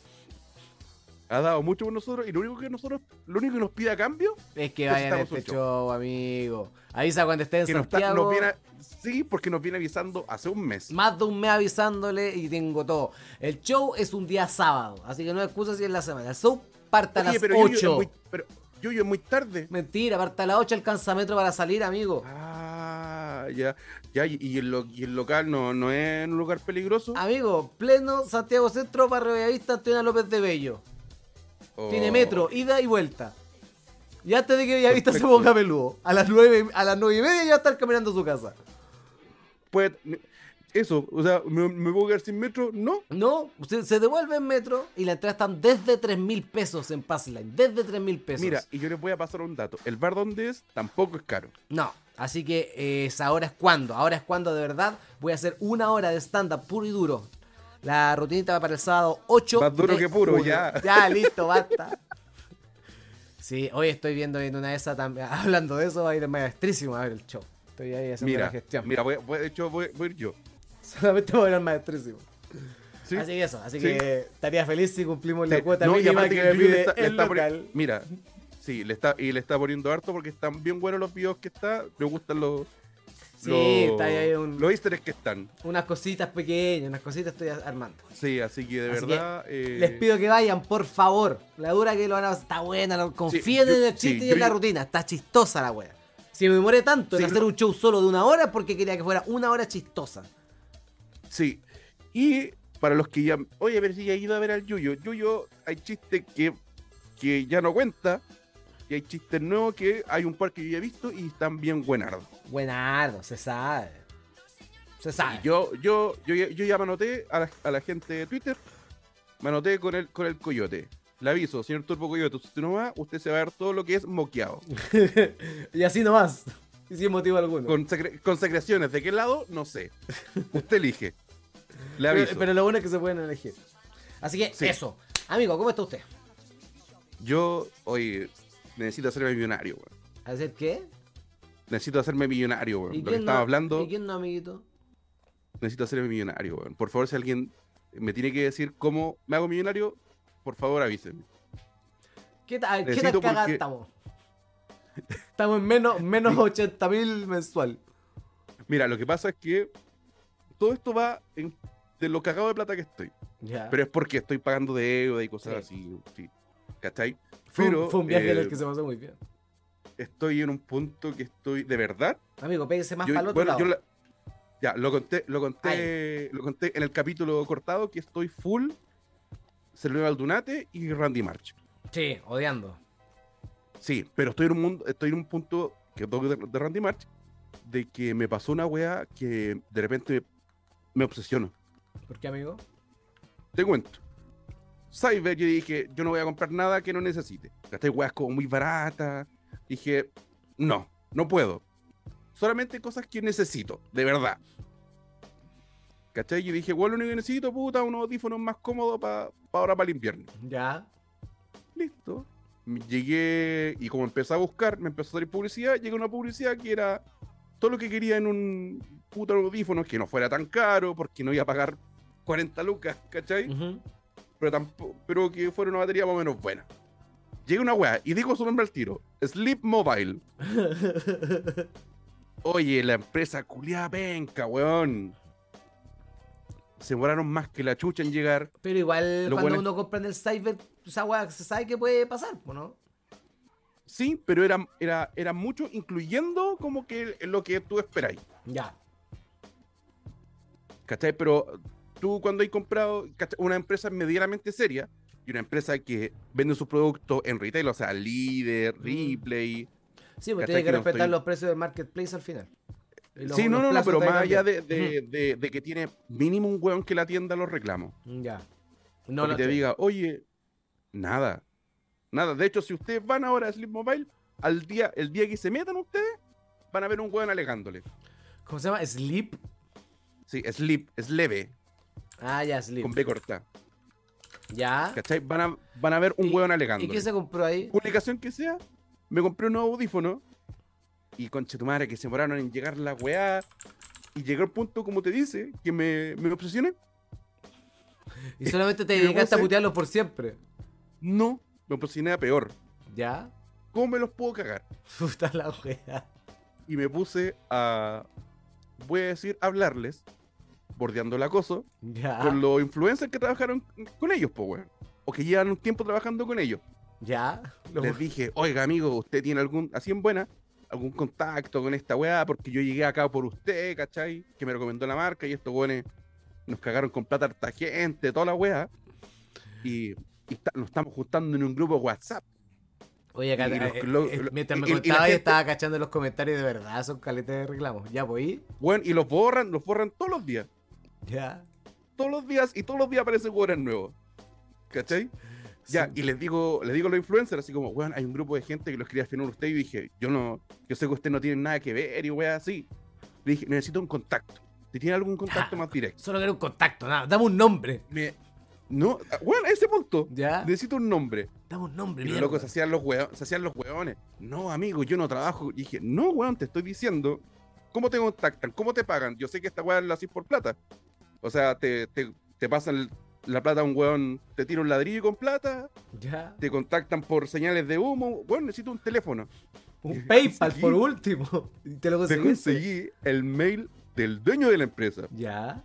S1: Ha dado mucho por nosotros y lo único que nosotros, lo único que nos pide a cambio,
S2: Es que
S1: Entonces
S2: vayan a
S1: estamos
S2: este
S1: un show.
S2: show, amigo. Avisa cuando estén en
S1: que nos, está-
S2: Santiago.
S1: nos viene, a- sí, porque nos viene avisando hace un mes.
S2: Más de un mes avisándole y tengo todo. El show es un día sábado, así que no hay excusas si es la semana. El show parta a
S1: Oye,
S2: las
S1: pero Yuyo, es
S2: 8.
S1: muy, pero Yuyo es muy tarde.
S2: Mentira, parta a las 8 alcanza metro para salir, amigo.
S1: Ah, ya, ya, y, y el, lo- y el local no, no es un lugar peligroso.
S2: Amigo, pleno Santiago Centro, Barrio Bellavista, Antonio López de Bello.
S1: Oh,
S2: Tiene metro, ida y vuelta. Y antes de que Bellavista
S1: Perfecto.
S2: se ponga peludo, a las 9, a las 9 y media ya va a estar caminando a su casa.
S1: Puede- Pues, eso, o sea, ¿me, me puedo quedar sin metro? No.
S2: No, usted se devuelve en metro y la entrada están desde 3 mil pesos en Passline. Desde 3 mil pesos.
S1: Mira, y yo les voy a pasar un dato. El bar donde es tampoco es caro.
S2: No, así que eh, es ahora es cuando, ahora es cuando de verdad voy a hacer una hora de stand-up puro y duro. La rutinita va para el sábado 8.
S1: Más duro
S2: de
S1: que puro,
S2: julio.
S1: ya.
S2: Ya, listo, basta. Sí, hoy estoy viendo en una de esas también. Hablando de eso, va a ir maestrísimo a ver el show. Estoy ahí haciendo la
S1: Mira,
S2: gestión.
S1: mira, voy- voy- de hecho voy, voy a ir yo.
S2: Solamente voy a ir al maestrísimo.
S1: ¿sí?
S2: Así que eso, así
S1: Sí.
S2: que estaría feliz si cumplimos la
S1: Sí,
S2: cuota
S1: no, y
S2: mínima
S1: aparte
S2: que
S1: que
S2: me
S1: el Yuyu le
S2: pide
S1: está- le
S2: el
S1: está poni-
S2: local.
S1: Mira, sí, le está, y le está poniendo harto porque están bien buenos los videos que está. Me gustan los.
S2: Sí,
S1: los-
S2: está ahí un-
S1: Los easter eggs que están.
S2: Unas cositas pequeñas, unas cositas estoy armando.
S1: Sí, así que de
S2: Así que
S1: verdad. eh,
S2: Les pido que vayan, por favor. La dura que lo van a está buena, lo- confíen
S1: yo-
S2: en el
S1: sí,
S2: chiste y
S1: yo-
S2: en la rutina, está chistosa la wea. Si me demoré tanto
S1: Sí,
S2: en hacer
S1: no-
S2: un show solo de una hora porque quería que fuera una hora chistosa.
S1: Sí. Y para los que ya. Oye, pero si ya he ido a ver al Yuyo. Yuyo, hay chistes que, que ya no cuenta. Y hay chistes nuevos que hay un par que yo ya he visto y están bien buenardos.
S2: Buenardo, se sabe. Se sabe.
S1: Y yo, yo, yo, ya- yo ya me anoté a la, a la gente de Twitter, me anoté con el, con el coyote. Le aviso, señor Turbo Coyote, si usted no va, usted se va a ver todo lo que es moqueado.
S2: y así nomás. Y sin motivo alguno.
S1: Con, secre- con secreciones, ¿de qué lado? No sé. Usted elige. Le aviso.
S2: pero, pero lo bueno es que se pueden elegir. Así que
S1: Sí.
S2: eso. Amigo, ¿cómo está usted?
S1: Yo, oye, necesito hacerme millonario, weón.
S2: ¿Hacer qué?
S1: Necesito hacerme millonario, weón. Lo que
S2: quién
S1: estaba
S2: no-
S1: hablando,
S2: ¿Y quién no, amiguito?
S1: necesito hacerme millonario, weón. Por favor, si alguien me tiene que decir cómo me hago millonario, por favor avísenme.
S2: ¿Qué, ta- ¿qué tan
S1: Necesito
S2: cagada
S1: porque-
S2: estamos? Estamos en menos, menos 80 mil mensual.
S1: Mira, lo que pasa es que todo esto va en- de lo cagado de plata que estoy.
S2: Ya.
S1: Pero es porque estoy pagando deuda y cosas así. sí. ¿Cachai?
S2: fue, un-
S1: pero,
S2: fue un viaje en
S1: eh,
S2: el que se pasó muy bien.
S1: Estoy en un punto que estoy, de verdad,
S2: Amigo, pégase más
S1: Yo-
S2: para el otro
S1: bueno,
S2: lado.
S1: yo la- ya, lo conté, lo conté, lo conté en el capítulo cortado que estoy full Sergio Aldunate y Randy March.
S2: Sí, odiando.
S1: Sí, pero estoy en un mundo, estoy en un punto que toco de, de Randy March de que me pasó una wea que de repente me obsesiono.
S2: ¿Por qué, amigo?
S1: Te cuento. Cyber, yo dije, yo no voy a comprar nada que no necesite. Gasté weas como muy baratas. Dije, no, no puedo. Solamente cosas que necesito, de verdad. ¿Cachai? Y dije, bueno, lo único que necesito, puta, unos audífonos más cómodos para ahora para el invierno.
S2: Ya.
S1: Listo. Llegué y como empecé a buscar, me empezó a salir publicidad. Llegué a una publicidad que era todo lo que quería en un puto audífono que no fuera tan caro porque no iba a pagar 40 lucas, ¿cachai?
S2: Ujú.
S1: pero, tampoco, pero que fuera una batería más o menos buena. Llega una weá y digo su nombre al tiro: Sleep Mobile. Oye, la empresa culiada penca, weón. Se demoraron más que la chucha en llegar.
S2: Pero igual,
S1: Lo
S2: cuando
S1: bueno es-
S2: uno compra en el cyber, esa weá se sabe que puede pasar, po, ¿no?
S1: Sí, pero era, era, era mucho, incluyendo como que lo que tú esperáis.
S2: Ya.
S1: ¿Cachai? Pero tú cuando hay comprado ¿cachai? una empresa medianamente seria y una empresa que vende sus productos en retail, o sea, líder, replay.
S2: Sí,
S1: Cachai
S2: pues tiene que
S1: que no
S2: respetar
S1: estoy-
S2: los precios del marketplace al final. Y los-
S1: sí, no, no,
S2: los
S1: no,
S2: plazos
S1: pero
S2: te
S1: más allá
S2: cambian.
S1: de, de- de- de que tiene mínimo un weón que la atienda los reclamos.
S2: Ujú. Ya.
S1: No,
S2: No,
S1: que
S2: no.
S1: te
S2: sí.
S1: diga, oye, nada. Nada. De hecho, si ustedes van ahora a Sleep Mobile, al día, el día que se metan ustedes, van a ver un weón alegándole.
S2: ¿Cómo se llama? ¿Sleep?
S1: Sí, Sleep, es leve,
S2: Ah, ya, Sleep.
S1: con B corta.
S2: Ya.
S1: ¿Cachai? Van a, van a ver un
S2: ¿Y-
S1: weón
S2: ¿Y
S1: alegándole.
S2: qué se compró ahí?
S1: Publicación que sea, me compré un nuevo audífono y conche tu madre que se demoraron en llegar la weá. Y llegó el punto, como te dice, que me, me obsesioné.
S2: Y solamente te
S1: y me
S2: dedicaste a
S1: puse-
S2: putearlos por siempre.
S1: No, me obsesioné a peor.
S2: ¿Ya?
S1: ¿Cómo me los puedo cagar?
S2: Puta la wea.
S1: Y me puse a, voy a decir, hablarles, bordeando el acoso,
S2: Ya.
S1: con los influencers que trabajaron con ellos, pues, weón. O que llevan un tiempo trabajando con ellos.
S2: Ya. Lo-
S1: Les dije, oiga, amigo, ¿usted tiene algún, así en buena, algún contacto con esta weá? Porque yo llegué acá por usted, ¿cachai? Que me recomendó la marca y estos weones nos cagaron con plata harta gente, toda la weá. Y, y está- nos estamos juntando en un grupo WhatsApp.
S2: Oye, acá,
S1: y los-
S2: eh,
S1: lo-
S2: eh,
S1: lo-
S2: mientras
S1: y-
S2: me
S1: y- y la
S2: contaba, yo
S1: gente-
S2: estaba cachando los comentarios de verdad, son caletas de reclamos. ¿Ya pues, voy?
S1: Weón, y los borran, los borran todos los días.
S2: Ya.
S1: todos los días y todos los días aparecen jugadores nuevos. ¿Cachai? Ya,
S2: Sí.
S1: y les digo, les digo a los influencers, así como, weón, hay un grupo de gente que los quería firmar usted y dije, yo no, yo sé que usted no tiene nada que ver y weón así. Le dije, necesito un contacto. ¿Te tiene algún contacto más directo?
S2: Solo quiero un contacto, nada. Dame un nombre.
S1: Me- no, ah, weón, a ese punto.
S2: Ya.
S1: Necesito un nombre.
S2: Dame un nombre,
S1: Y los
S2: mierda.
S1: locos se hacían los, weón, se hacían los weones. No, amigo, yo no trabajo. Y dije, no, weón, te estoy diciendo. ¿Cómo te contactan? ¿Cómo te pagan? Yo sé que esta weón la haces por plata. O sea, te, te, te pasan la plata a un weón, te tira un ladrillo con plata,
S2: Ya.
S1: te contactan por señales de humo. Bueno, necesito un teléfono.
S2: Un PayPal
S1: conseguí.
S2: por último. Y te lo
S1: Te
S2: conseguiste.
S1: conseguí el mail del dueño de la empresa.
S2: Ya.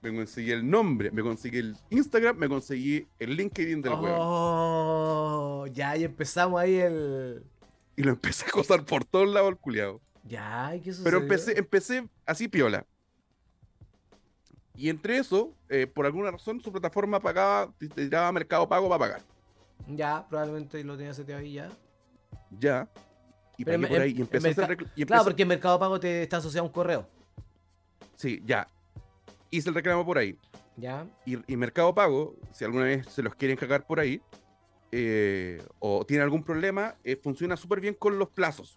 S1: Me conseguí el nombre, me conseguí el Instagram, me conseguí el LinkedIn del weón.
S2: Oh, ya, y empezamos ahí el.
S1: Y lo empecé a acosar por todos lados al culiado.
S2: Ya, ¿y qué sucedió?
S1: Pero empecé, empecé así piola. Y entre eso, eh, por alguna razón, su plataforma pagaba, te te tiraba Mercado Pago para pagar.
S2: Ya, probablemente lo tenía seteado ahí ya.
S1: Ya. Y
S2: Pero
S1: pagué
S2: en-
S1: por ahí.
S2: en-
S1: Y empecé a
S2: en
S1: hacer
S2: Merca-
S1: recl- y
S2: Claro,
S1: empecé-
S2: porque Mercado Pago te está asociado a un correo.
S1: Sí, ya. Hice el reclamo por ahí.
S2: Ya.
S1: Y, y Mercado Pago, si alguna vez se los quieren cagar por ahí, eh, o tiene algún problema, eh, funciona súper bien con los plazos.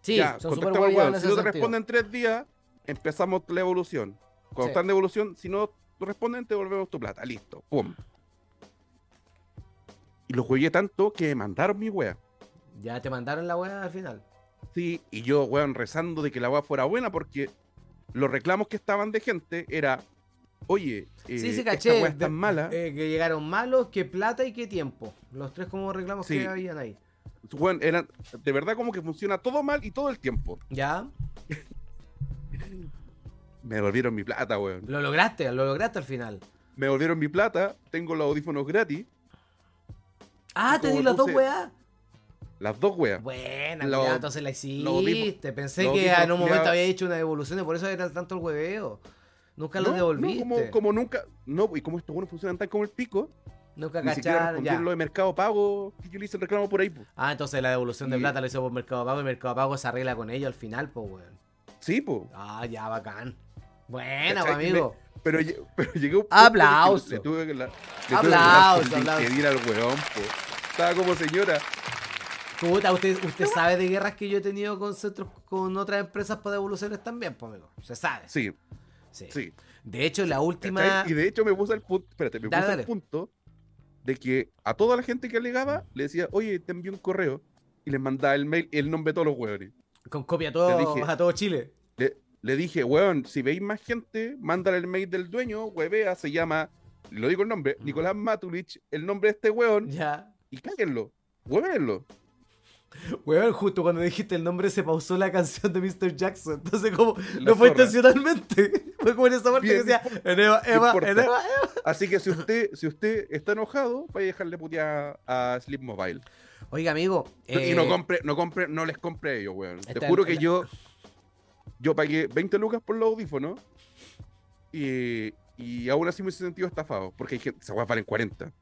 S2: Sí,
S1: ya,
S2: son súper
S1: contactamos al
S2: guayados en
S1: weón. Si
S2: ese
S1: no te
S2: sentido.
S1: responden en tres días, empezamos la evolución. Cuando
S2: Sí.
S1: están de evolución, si no responden, te volvemos tu plata. Listo, pum. Y lo jugué tanto que me mandaron mi wea.
S2: Ya te mandaron la weá al final.
S1: Sí, y yo, weón, rezando de que la wea fuera buena porque los reclamos que estaban de gente era, oye, eh,
S2: sí, sí,
S1: esta
S2: caché.
S1: wea es
S2: de-
S1: tan mala.
S2: eh, que llegaron malos, que plata y que tiempo. Los tres como reclamos
S1: Sí.
S2: que habían ahí.
S1: Weón, eran- de verdad como que funciona todo mal y todo el tiempo.
S2: ¿Ya?
S1: Me devolvieron mi plata, weón.
S2: Lo lograste, lo lograste al final.
S1: Me devolvieron mi plata, tengo los audífonos gratis,
S2: Ah,
S1: Y
S2: te
S1: como
S2: di las dos
S1: puse-
S2: weá.
S1: las dos weas.
S2: Buena,
S1: Lo-
S2: cuidado, entonces la
S1: lo
S2: hiciste. Pensé
S1: lo
S2: que
S1: dimos,
S2: en un momento
S1: culiao.
S2: había hecho una devolución y por eso era tanto el hueveo. Nunca
S1: No,
S2: lo
S1: no,
S2: devolviste.
S1: como, como nunca, no, y como estos buenos funcionan tan como el pico,
S2: Nunca
S1: ni siquiera
S2: cacharon. ya.
S1: respondieron lo de mercado pago que yo le hice el reclamo por ahí. po.
S2: Ah, entonces la devolución de
S1: Y-
S2: plata lo hizo por Mercado Pago y Mercado Pago se arregla con ello al final, pues, weón.
S1: Sí, po.
S2: Ah, ya, bacán. Buena,
S1: ¿Cachai?
S2: pues, amigo.
S1: Pero, lle- pero llegué a un punto
S2: Aplauso.
S1: en el que Le tuve que la- le tuve que
S2: Aplauso,
S1: mandar
S2: aplauso.
S1: el LinkedIn al weón, po. Estaba como señora.
S2: Puta, usted, usted sabe de guerras que yo he tenido con centros, con otras empresas por devoluciones también, pues, amigo. Se sabe.
S1: Sí,
S2: Sí.
S1: sí.
S2: De hecho, la última.
S1: ¿cachai? Y de hecho me puse al punto, espérate, me
S2: Dale,
S1: puse al
S2: dale.
S1: punto de que a toda la gente que alegaba le decía, oye, te envié un correo. Y les mandaba el mail y el nombre de todos los hueones.
S2: Con copia a
S1: Te
S2: todo,
S1: dije-
S2: a todo Chile.
S1: Le, le dije, weón, si veis más gente, mándale el mail del dueño, huevea, se llama, lo digo el nombre,
S2: Mm.
S1: Nicolás Matulich, el nombre de este weón,
S2: Ya.
S1: y cáguenlo, huevenlo.
S2: Weón, justo cuando dijiste el nombre se pausó la canción de Mr. Jackson. Entonces, como, no
S1: La
S2: fue
S1: zorra.
S2: intencionalmente. Fue como en esa parte
S1: Bien,
S2: que decía, en Eva, Eva,
S1: importa.
S2: en Eva, Eva.
S1: Así que si usted, si usted está enojado, vaya a dejarle putear a Sleep Mobile.
S2: Oiga, amigo.
S1: Y no
S2: eh,
S1: compre, no compre, no les compre a ellos, weón. Te
S2: Está
S1: juro
S2: en-
S1: que
S2: en-
S1: yo, yo pagué 20 lucas por los audífonos y, y aún así me he sentido estafado, porque hay gente, esas weas valen 40.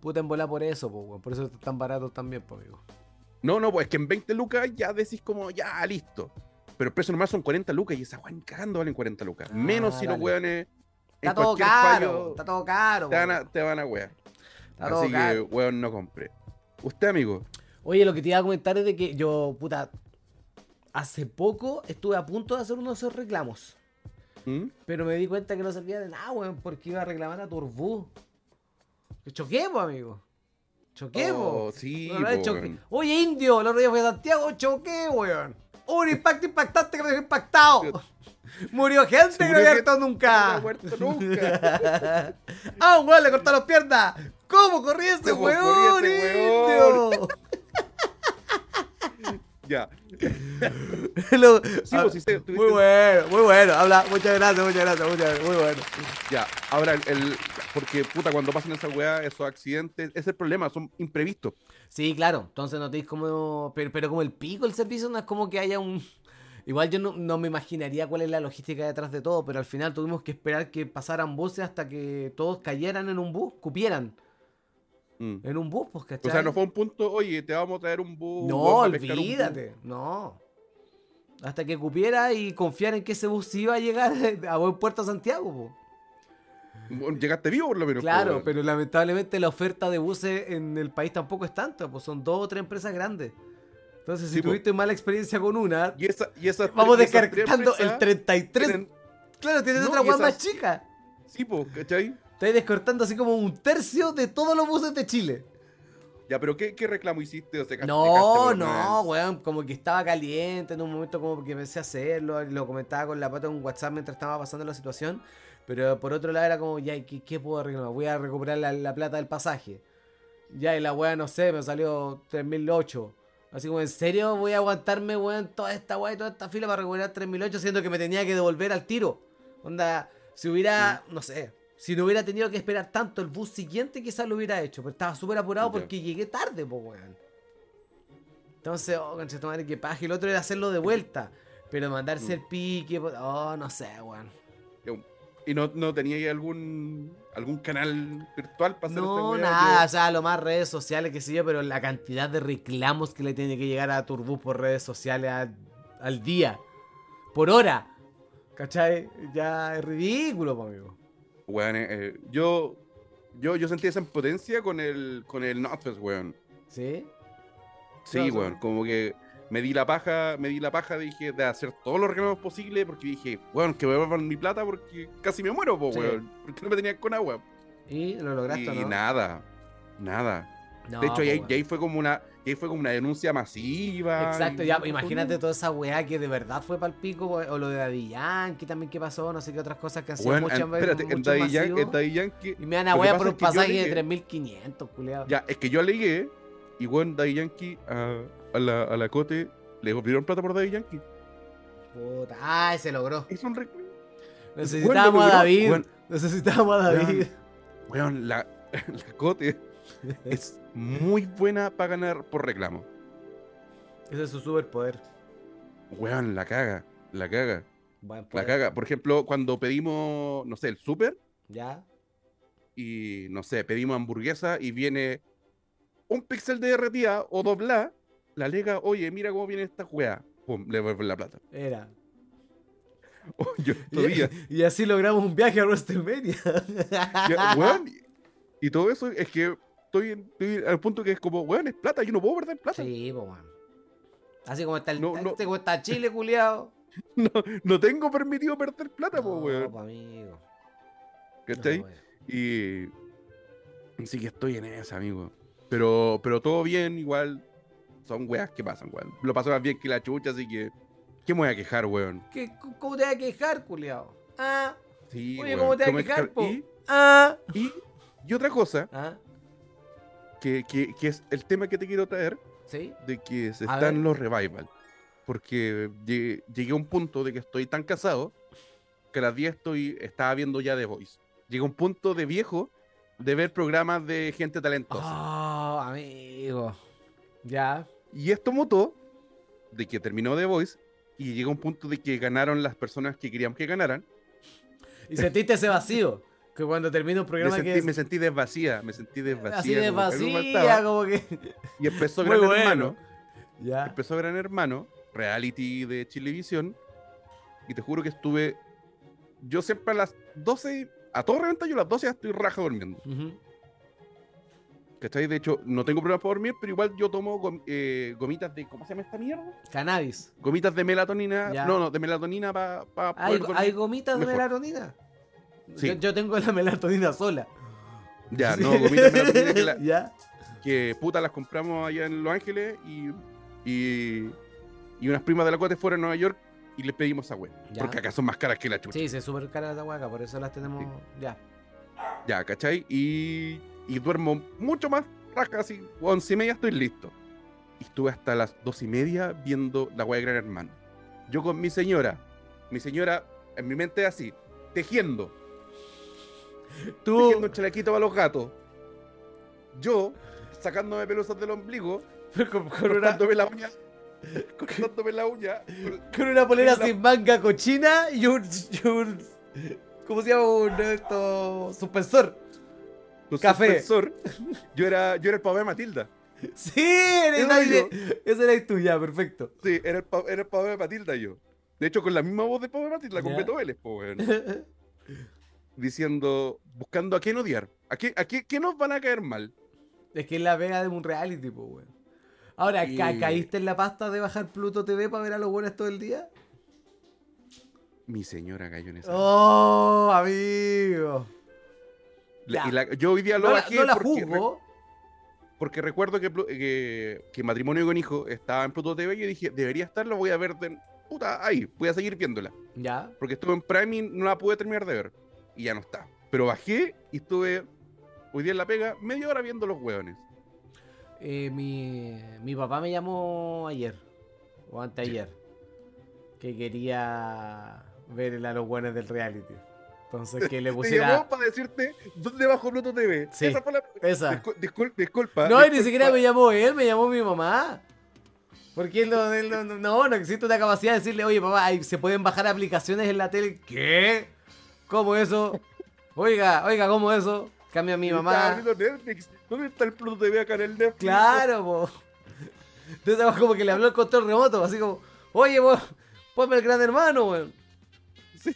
S2: Puta en bola por eso, po, weón. Por eso están tan baratos también, po, amigo.
S1: No, no, pues que en 20 lucas ya decís como, ya, listo. Pero el precio normal son 40 lucas y esa weón cagando valen 40 lucas.
S2: Ah,
S1: Menos si
S2: dale.
S1: los weones.
S2: Está
S1: en
S2: todo
S1: cualquier
S2: caro,
S1: fallo
S2: está todo caro.
S1: te, van
S2: po,
S1: a, te van a wear.
S2: está todo
S1: Así que,
S2: caro.
S1: weón, no compre. Usted, amigo.
S2: Oye, lo que te iba a comentar es de que yo, puta, hace poco estuve a punto de hacer uno de esos reclamos.
S1: ¿Mm?
S2: Pero me di cuenta que no servía de nada, weón, porque iba a reclamar a Turbú. Que choqué, po, amigo. Choqué, po.
S1: Oh, sí,
S2: La verdad,
S1: po,
S2: choqué.
S1: weón.
S2: Oye, indio, el otro día fui a Santiago, choqué, weón. Un impacto impactante que me dejó impactado. Murió gente que no
S1: murió
S2: había
S1: gente
S2: hartado
S1: No ha
S2: nunca.
S1: muerto nunca.
S2: ah, un weón le cortaron las piernas. ¿Cómo corría ese
S1: ¿Cómo
S2: weón,
S1: corría ese
S2: indio?
S1: ya.
S2: Lo-
S1: Sí,
S2: ah,
S1: vos, sí, sí, tuviste
S2: muy
S1: un-
S2: bueno, muy bueno. Habla, muchas gracias, muchas gracias, muchas gracias. Muy bueno.
S1: Ya. Ahora, el, el- porque, puta, cuando pasan esas weas, esos accidentes, ese es el problema, son imprevistos.
S2: Sí, claro. Entonces no tenéis como. Pero, pero como el pico el servicio no es como que haya un. Igual yo no, no me imaginaría cuál es la logística detrás de todo, pero al final tuvimos que esperar que pasaran buses hasta que todos cayeran en un bus, cupieran
S1: Mm.
S2: en un bus, pues,
S1: O
S2: ¿cachai?
S1: sea, no fue un punto, oye, te vamos a traer un bus.
S2: No,
S1: vamos a pescar un bus".
S2: olvídate, no. Hasta que cupiera y confiar en que ese bus iba a llegar a buen puerto a Santiago, po.
S1: Bueno, Llegaste vivo por lo menos. po,
S2: Claro,
S1: pues, weón.
S2: pero lamentablemente la oferta de buses en el país tampoco es tanto, pues son dos o tres empresas grandes. Entonces, si
S1: Sí, po.
S2: tuviste mala experiencia con una,
S1: Y esa, y esas
S2: vamos
S1: tres- y esas tres
S2: descartando el
S1: empresas
S2: 33.
S1: tienen-
S2: Claro, tienes
S1: No,
S2: otra
S1: y
S2: guapa más
S1: esas-
S2: chica.
S1: Sí, po, ¿cachai?
S2: Estás descartando así como un tercio de todos los buses de Chile.
S1: Ya, pero ¿qué, qué reclamo hiciste? O sea, este ca- te caste
S2: No,
S1: por
S2: no,
S1: mal.
S2: weón, como que estaba caliente en un momento como que pensé hacerlo, lo comentaba con la pata en un WhatsApp mientras estaba pasando la situación, pero por otro lado era como, ya, ¿y ¿qué, qué puedo reclamar? Voy a recuperar la, la plata del pasaje. Ya, y la weá, no sé, me salió 3008. Así como, ¿en serio voy a aguantarme, weón, toda esta weá y toda esta fila para recuperar 3008 siendo que me tenía que devolver al tiro? Onda, si hubiera, no sé, si no hubiera tenido que esperar tanto el bus siguiente, quizás lo hubiera hecho. Pero estaba súper apurado
S1: Ya.
S2: porque llegué tarde, pues, weón. Entonces, oh, concha tu madre, que paja. Y el otro era hacerlo de vuelta. Pero mandarse
S1: Mm.
S2: el pique, po- oh, no sé, weón.
S1: ¿Y no, no tenía ahí algún, algún canal virtual para hacer esta
S2: No,
S1: weá?
S2: nada, o sea, lo más redes sociales, qué sé yo, pero la cantidad de reclamos que le tiene que llegar a Turbus por redes sociales al, al día, por hora, ¿cachai? Ya es ridículo, po, amigo.
S1: Yo, weón, eh, eh, yo, yo, yo sentí esa impotencia con el, con el Notfest, weón.
S2: ¿Sí?
S1: Sí,
S2: Claro, sí.
S1: weón, como que me di la paja, me di la paja, dije, de hacer todos los reclamos posibles, porque dije, weón, que me devuelvan mi plata porque casi me muero, po,
S2: Sí.
S1: weón. Porque no me tenían con agua.
S2: ¿Y lo lograste,
S1: Y
S2: o no?
S1: nada, nada.
S2: No, pues,
S1: de hecho,
S2: po,
S1: y ahí,
S2: weón.
S1: y ahí fue como una, y ahí fue como una denuncia masiva.
S2: Exacto,
S1: y-
S2: ya imagínate toda esa weá que de verdad fue pal pico, we- o lo de Daddy Yankee también que pasó, no sé qué otras cosas que han sido
S1: Weón,
S2: muchas veces.
S1: espérate, en Daddy, Yan- en Daddy Yankee.
S2: Y me dan a
S1: lo que
S2: weá
S1: pasa
S2: por
S1: es
S2: un
S1: que yo
S2: pasaje de
S1: alegué-
S2: 3500, culeado.
S1: Ya, es que yo alegué, y bueno, Daddy Yankee a, a la, a la Cote le cobraron plata por Daddy Yankee.
S2: Puta, ay, se logró.
S1: Es un reclamo.
S2: Necesitábamos a
S1: logró,
S2: David.
S1: weón.
S2: Necesitábamos a David.
S1: Weón, la, la Cote es muy buena para ganar por reclamo.
S2: Ese es su superpoder.
S1: Weón, la caga, la caga,
S2: Buen
S1: la
S2: poder.
S1: caga. Por ejemplo, cuando pedimos, no sé, el súper,
S2: Ya.
S1: y no sé, pedimos hamburguesa y viene un pixel de derretida o dobla, la lega, oye, mira cómo viene esta juega. Pum, le vuelven la plata. Oh,
S2: Era.
S1: Yo
S2: Y,
S1: todavía.
S2: y así logramos un viaje a WrestleMania.
S1: ya, weón, y todo eso es que estoy, estoy al punto que es como, weón, es plata, yo no puedo perder plata.
S2: Sí, po, weón. Así como está el
S1: No, no.
S2: este, como está Chile, culiado.
S1: No, no tengo permitido perder plata, po,
S2: No,
S1: weón.
S2: po, amigo.
S1: ¿Cachai?
S2: No, weón.
S1: Y sí que estoy en esa, amigo. Pero, pero todo bien, igual. Son weas que pasan, weón. Lo pasó más bien que la chucha, así que. ¿Qué me voy a quejar, weón?
S2: ¿Qué, c- ¿Cómo te vas a quejar, culiao? Ah,
S1: Sí,
S2: oye,
S1: weón,
S2: ¿cómo te
S1: ¿qué
S2: vas a
S1: me voy a
S2: quejar, po?
S1: Y,
S2: Ah.
S1: y, y otra cosa,
S2: Ah,
S1: que, que- que es el tema que te quiero traer,
S2: ¿sí?
S1: de que se
S2: A
S1: están
S2: ver.
S1: los revival. Porque llegué, llegué a un punto de que estoy tan casado que a las 10 estoy, estaba viendo ya The Voice. Llegué a un punto de viejo de ver programas de gente talentosa.
S2: Oh, amigo. Ya.
S1: Y esto mutó de que terminó The Voice y llegó un punto de que ganaron las personas que queríamos que ganaran.
S2: Y sentiste ese vacío. Que cuando termina un
S1: Me
S2: programa
S1: sentí,
S2: que es
S1: me sentí desvacía, me sentí desvacía.
S2: así de
S1: como que algo
S2: vacía,
S1: faltaba.
S2: como que.
S1: Y empezó
S2: Muy
S1: Gran
S2: bueno.
S1: Hermano,
S2: Ya.
S1: empezó Gran Hermano, reality de Chilevisión. Y te juro que estuve, yo siempre a las 12, a todo reventar yo a las 12 ya estoy raja durmiendo.
S2: Ujú.
S1: ¿Cachai? De hecho, no tengo problemas para dormir, pero igual yo tomo gom- eh, gomitas de, ¿cómo se llama esta mierda?
S2: Cannabis.
S1: Gomitas de melatonina,
S2: Ya.
S1: no, no, de melatonina para pa
S2: ¿Hay,
S1: poder dormir.
S2: hay gomitas de
S1: mejor.
S2: melatonina?
S1: Sí.
S2: Yo, yo tengo la melatonina sola.
S1: Ya,
S2: Sí.
S1: no, gomitas melatonina que, la-
S2: Ya.
S1: que, puta las compramos allá en Los Ángeles y, y, y unas primas de la cuate fueron a Nueva York y les pedimos a web.
S2: Ya.
S1: Porque acá son más caras que la chucha.
S2: Sí, se super cara la huaca, por eso las tenemos. Ya.
S1: Ya, ¿cachai? Y, y duermo mucho más rasca, así, once y media estoy listo. Y estuve hasta las dos y media viendo la wea de Gran Hermano. Yo con mi señora, mi señora, en mi mente es así, tejiendo.
S2: Tú.
S1: Tejiendo un chalequito para los gatos. Yo, sacándome pelusas del ombligo,
S2: Con, con una,
S1: cortándome la uña. Cortándome la uña. con-
S2: con una polera
S1: Con una-
S2: sin manga cochina y un. y un- ¿Cómo se llama? Un esto, suspensor.
S1: con
S2: Café.
S1: suspensor. Yo era, yo era el pavo de Matilda.
S2: Sí, eres
S1: Eso
S2: la-
S1: digo.
S2: esa era tuya, perfecto.
S1: Sí, era el, pa- era el pavo de Matilda yo. De hecho, con la misma voz de pavo de Matilda, con
S2: Ya.
S1: Beto Vélez, po, weón. Diciendo, buscando a quién odiar. ¿A qué, a qué, qué nos van a caer mal?
S2: Es que es la pega de un reality, pues, weón. Ahora, ca-
S1: Y-
S2: ¿caíste en la pasta de bajar Pluto TV para ver a los buenos todo el día?
S1: Mi señora cayó en esa.
S2: ¡Oh, amigo!
S1: Le-
S2: ya.
S1: y la- yo hoy día lo
S2: No la,
S1: bajé
S2: no la
S1: porque, re-
S2: juzgo.
S1: porque recuerdo que, Plu- que, que Matrimonio con Hijo estaba en Pluto TV y yo dije, debería estarlo, voy a ver de- Puta, ahí, voy a seguir viéndola.
S2: Ya.
S1: porque estuve en Prime y no la pude terminar de ver. Y ya no está. Pero bajé y estuve hoy día en la pega media hora viendo los hueones.
S2: Eh, mi, mi papá me llamó ayer, o anteayer, que quería ver a los buenos del reality. Entonces que le
S1: Te
S2: pusiera
S1: llamó para decirte dónde bajó Pluto TV.
S2: Pues Sí,
S1: Esa fue la...
S2: esa.
S1: Discul- discul- disculpa.
S2: No, y ni
S1: disculpa.
S2: siquiera me llamó él, me llamó mi mamá. Porque él no, él no- no- no, no existe una capacidad de decirle, oye papá, ahí se pueden bajar aplicaciones en la tele. ¿Qué? ¿Cómo eso? Oiga, oiga, ¿cómo eso? Cambia mi
S1: Estaba
S2: mamá.
S1: abriendo Netflix. ¿Dónde está el Pluto TV acá en el Netflix?
S2: Claro, po. Entonces además, como que le habló el control remoto, así como, oye, vos, ponme el gran hermano, weón.
S1: Sí.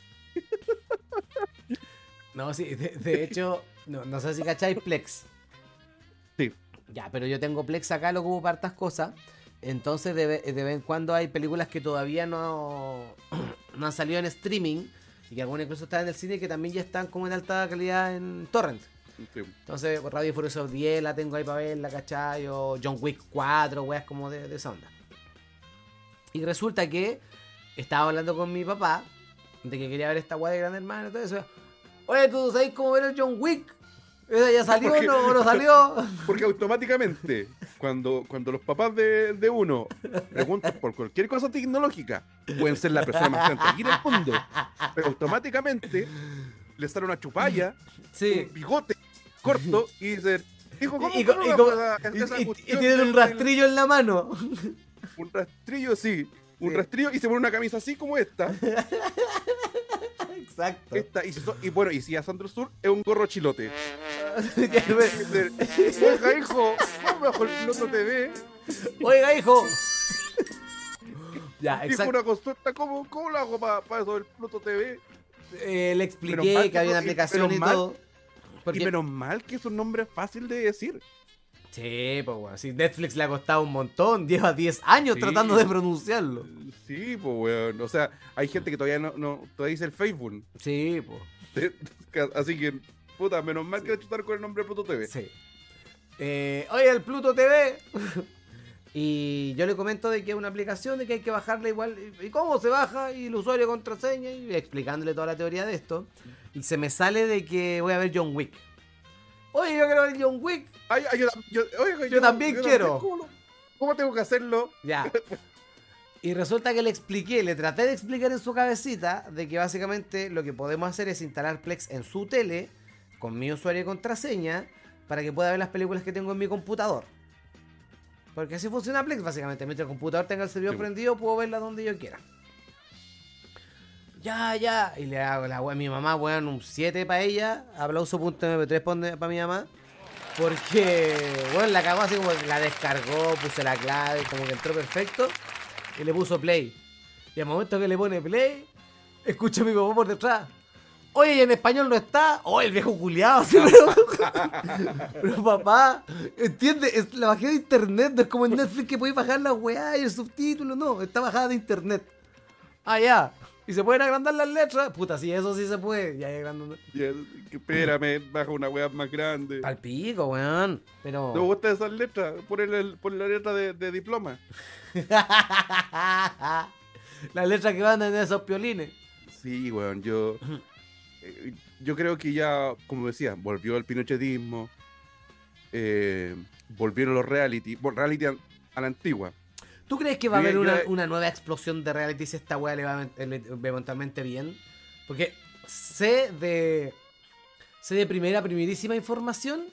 S2: No, sí, de, de hecho, no, no sé si cacháis Plex.
S1: Sí.
S2: Ya, pero yo tengo Plex acá, lo ocupo para hartas cosas. Entonces, de, ve- de vez en cuando hay películas que todavía no, no han salido en streaming y que algunas incluso están en el cine que también ya están como en alta calidad en torrent.
S1: Sí.
S2: Entonces, Radio Furioso 10 la tengo ahí para verla, ¿cachai? O John Wick 4, weas como de, de esa onda. Y resulta que estaba hablando con mi papá de que quería ver esta wea de Gran Hermano y todo eso. Oye, ¿tú sabes cómo ver el John Wick? ¿Esa ya salió
S1: Porque-
S2: no, no salió?
S1: Porque automáticamente, cuando, cuando los papás de, de uno preguntan por cualquier cosa tecnológica, pueden ser la persona más tranquila del mundo. Pero automáticamente les sale una chupalla,
S2: Sí.
S1: un bigote corto y dicen. Hijo, ¿cómo
S2: Y, y-
S1: cómo
S2: y-
S1: la-
S2: como-
S1: la-
S2: y-
S1: esa
S2: y- y
S1: cuestión
S2: tienen un
S1: del-
S2: rastrillo en la mano.
S1: Un rastrillo, sí. Un
S2: Sí.
S1: rastrillo y se pone una camisa así como esta.
S2: Exacto.
S1: esta y, si so- y bueno, y si a Sandro Sur es un gorro chilote. Y
S2: Ya,
S1: dicen, Oiga, hijo, ¿cómo bajo el piloto te ve?
S2: Oiga, hijo. ya,
S1: Dijo
S2: exacto.
S1: una consulta, ¿cómo, cómo lo hago para eso del Pluto TV?
S2: Eh, le expliqué
S1: Menos mal
S2: que había
S1: que no-
S2: una
S1: y-
S2: aplicación y
S1: menos mal-
S2: todo. Porque...
S1: Y menos mal que es un nombre fácil de decir.
S2: Sí, pues bueno, si Netflix le ha costado un montón, lleva 10 años
S1: Sí.
S2: tratando de pronunciarlo.
S1: Sí, pues weón. O sea, hay gente que todavía no, no todavía dice el Facebook.
S2: Sí, pues.
S1: Así que, puta, menos mal que le chutar con el nombre Pluto TV.
S2: Sí. Eh, Oye, el Pluto TV. y yo le comento de que es una aplicación, de que hay que bajarla igual. ¿Y cómo se baja? Y el usuario contraseña, y explicándole toda la teoría de esto. Y se me sale de que voy a ver John Wick. Oye, yo quiero ver John Wick.
S1: Ay, ay, yo, tam- yo- oiga,
S2: Yo también quiero.
S1: ¿cómo, lo- cómo tengo que hacerlo?
S2: Ya. Y resulta que le expliqué, le traté de explicar en su cabecita de que básicamente lo que podemos hacer es instalar Plex en su tele con mi usuario y contraseña para que pueda ver las películas que tengo en mi computador. Porque así funciona Plex, básicamente. Mientras el computador tenga el servidor
S1: Sí.
S2: prendido, puedo verla donde yo quiera. Ya, ya. Y le hago la wea a mi mamá, weón, un 7 para ella. Aplauso.mp3 para mi mamá. Porque, bueno, la cagó así como que la descargó, puse la clave, como que entró perfecto. Y le puso play. Y al momento que le pone play, escucha a mi papá por detrás. Oye, ¿y en español no está. Oye, el viejo culiado. así, pero, pero papá, entiende, es la bajé de internet, no es como en Netflix que podéis bajar la weá y el subtítulo, no, está bajada de internet. Ah, ya. Y se pueden agrandar las letras. Puta, sí, eso sí se puede. Ya agrandando.
S1: Ya, que espérame, baja una weá más grande.
S2: Pal pico, weón. Pero.
S1: ¿Te gusta esas letras? Ponle, el- ponle la letra de, de diploma.
S2: Las letras que van en esos piolines.
S1: Sí, weón, yo. eh, Yo creo que ya, como decía, volvió el pinochetismo. eh, volvieron los reality. Bueno, reality an- a la antigua.
S2: ¿Tú crees que va a
S1: Yo-
S2: haber
S1: yo-
S2: una, una nueva explosión de reality si esta weá le va a- le- eventualmente bien? Porque sé de. Sé de primera, primerísima información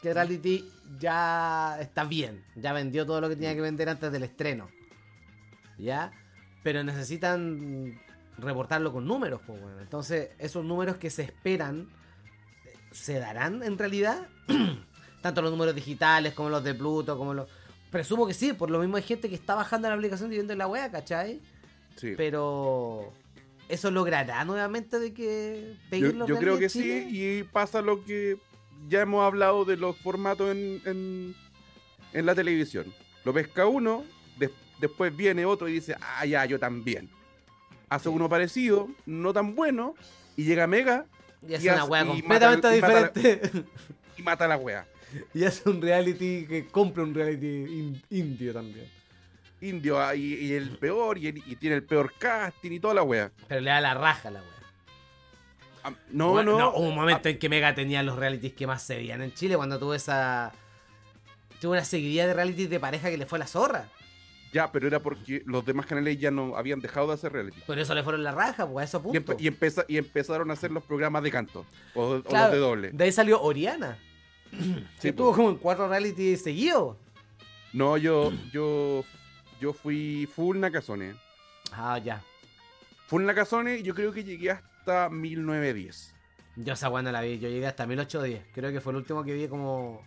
S2: que reality ya está bien. Ya vendió todo lo que tenía que vender antes del estreno. ¿Ya? Pero necesitan reportarlo con números, pues bueno. Entonces, esos números que se esperan, ¿se darán en realidad? Tanto los números digitales como los de Pluto, como los. Presumo que sí, por lo mismo hay gente que está bajando la aplicación y viendo la wea, ¿cachai?
S1: Sí.
S2: Pero. ¿Eso logrará nuevamente de que
S1: Yo,
S2: peguen los
S1: yo creo
S2: reality
S1: que
S2: en Chile?
S1: sí, y pasa lo que ya hemos hablado de los formatos en, en, en la televisión. Lo pesca uno, des- después viene otro y dice, ah, ya, yo también. Hace uno parecido, no tan bueno, y llega Mega
S2: Y es
S1: y
S2: una
S1: hace-
S2: wea
S1: y mata-
S2: completamente
S1: y mata la-
S2: diferente.
S1: y mata a la wea.
S2: y hace un reality que compra un reality in- indio también.
S1: Indio, ah, y, y el peor, y, el- y tiene el peor casting y toda la wea.
S2: Pero le da la raja a la wea.
S1: Ah, No, Ah.
S2: Bueno,
S1: no.
S2: hubo un momento en que Mega tenía los realities que más se veían en Chile cuando tuvo esa. Tuvo una seguidilla de realities de pareja que le fue la zorra.
S1: Ya, pero era porque los demás canales ya no habían dejado de hacer reality.
S2: Por eso le fueron la raja, pues a eso
S1: Y,
S2: punto.
S1: empe- y empeza- y empezaron a hacer los programas de canto o, o
S2: Claro,
S1: los de doble.
S2: De ahí salió Oriana.
S1: Sí,
S2: que tuvo
S1: pues.
S2: como en cuatro realities seguidos.
S1: No, yo, yo, yo fui full Nakazone.
S2: Ah, ya.
S1: Full Nakazone, yo creo que llegué hasta 1910.
S2: Yo esa weá no la vi. Yo llegué hasta 1810. Creo que fue el último que vi como.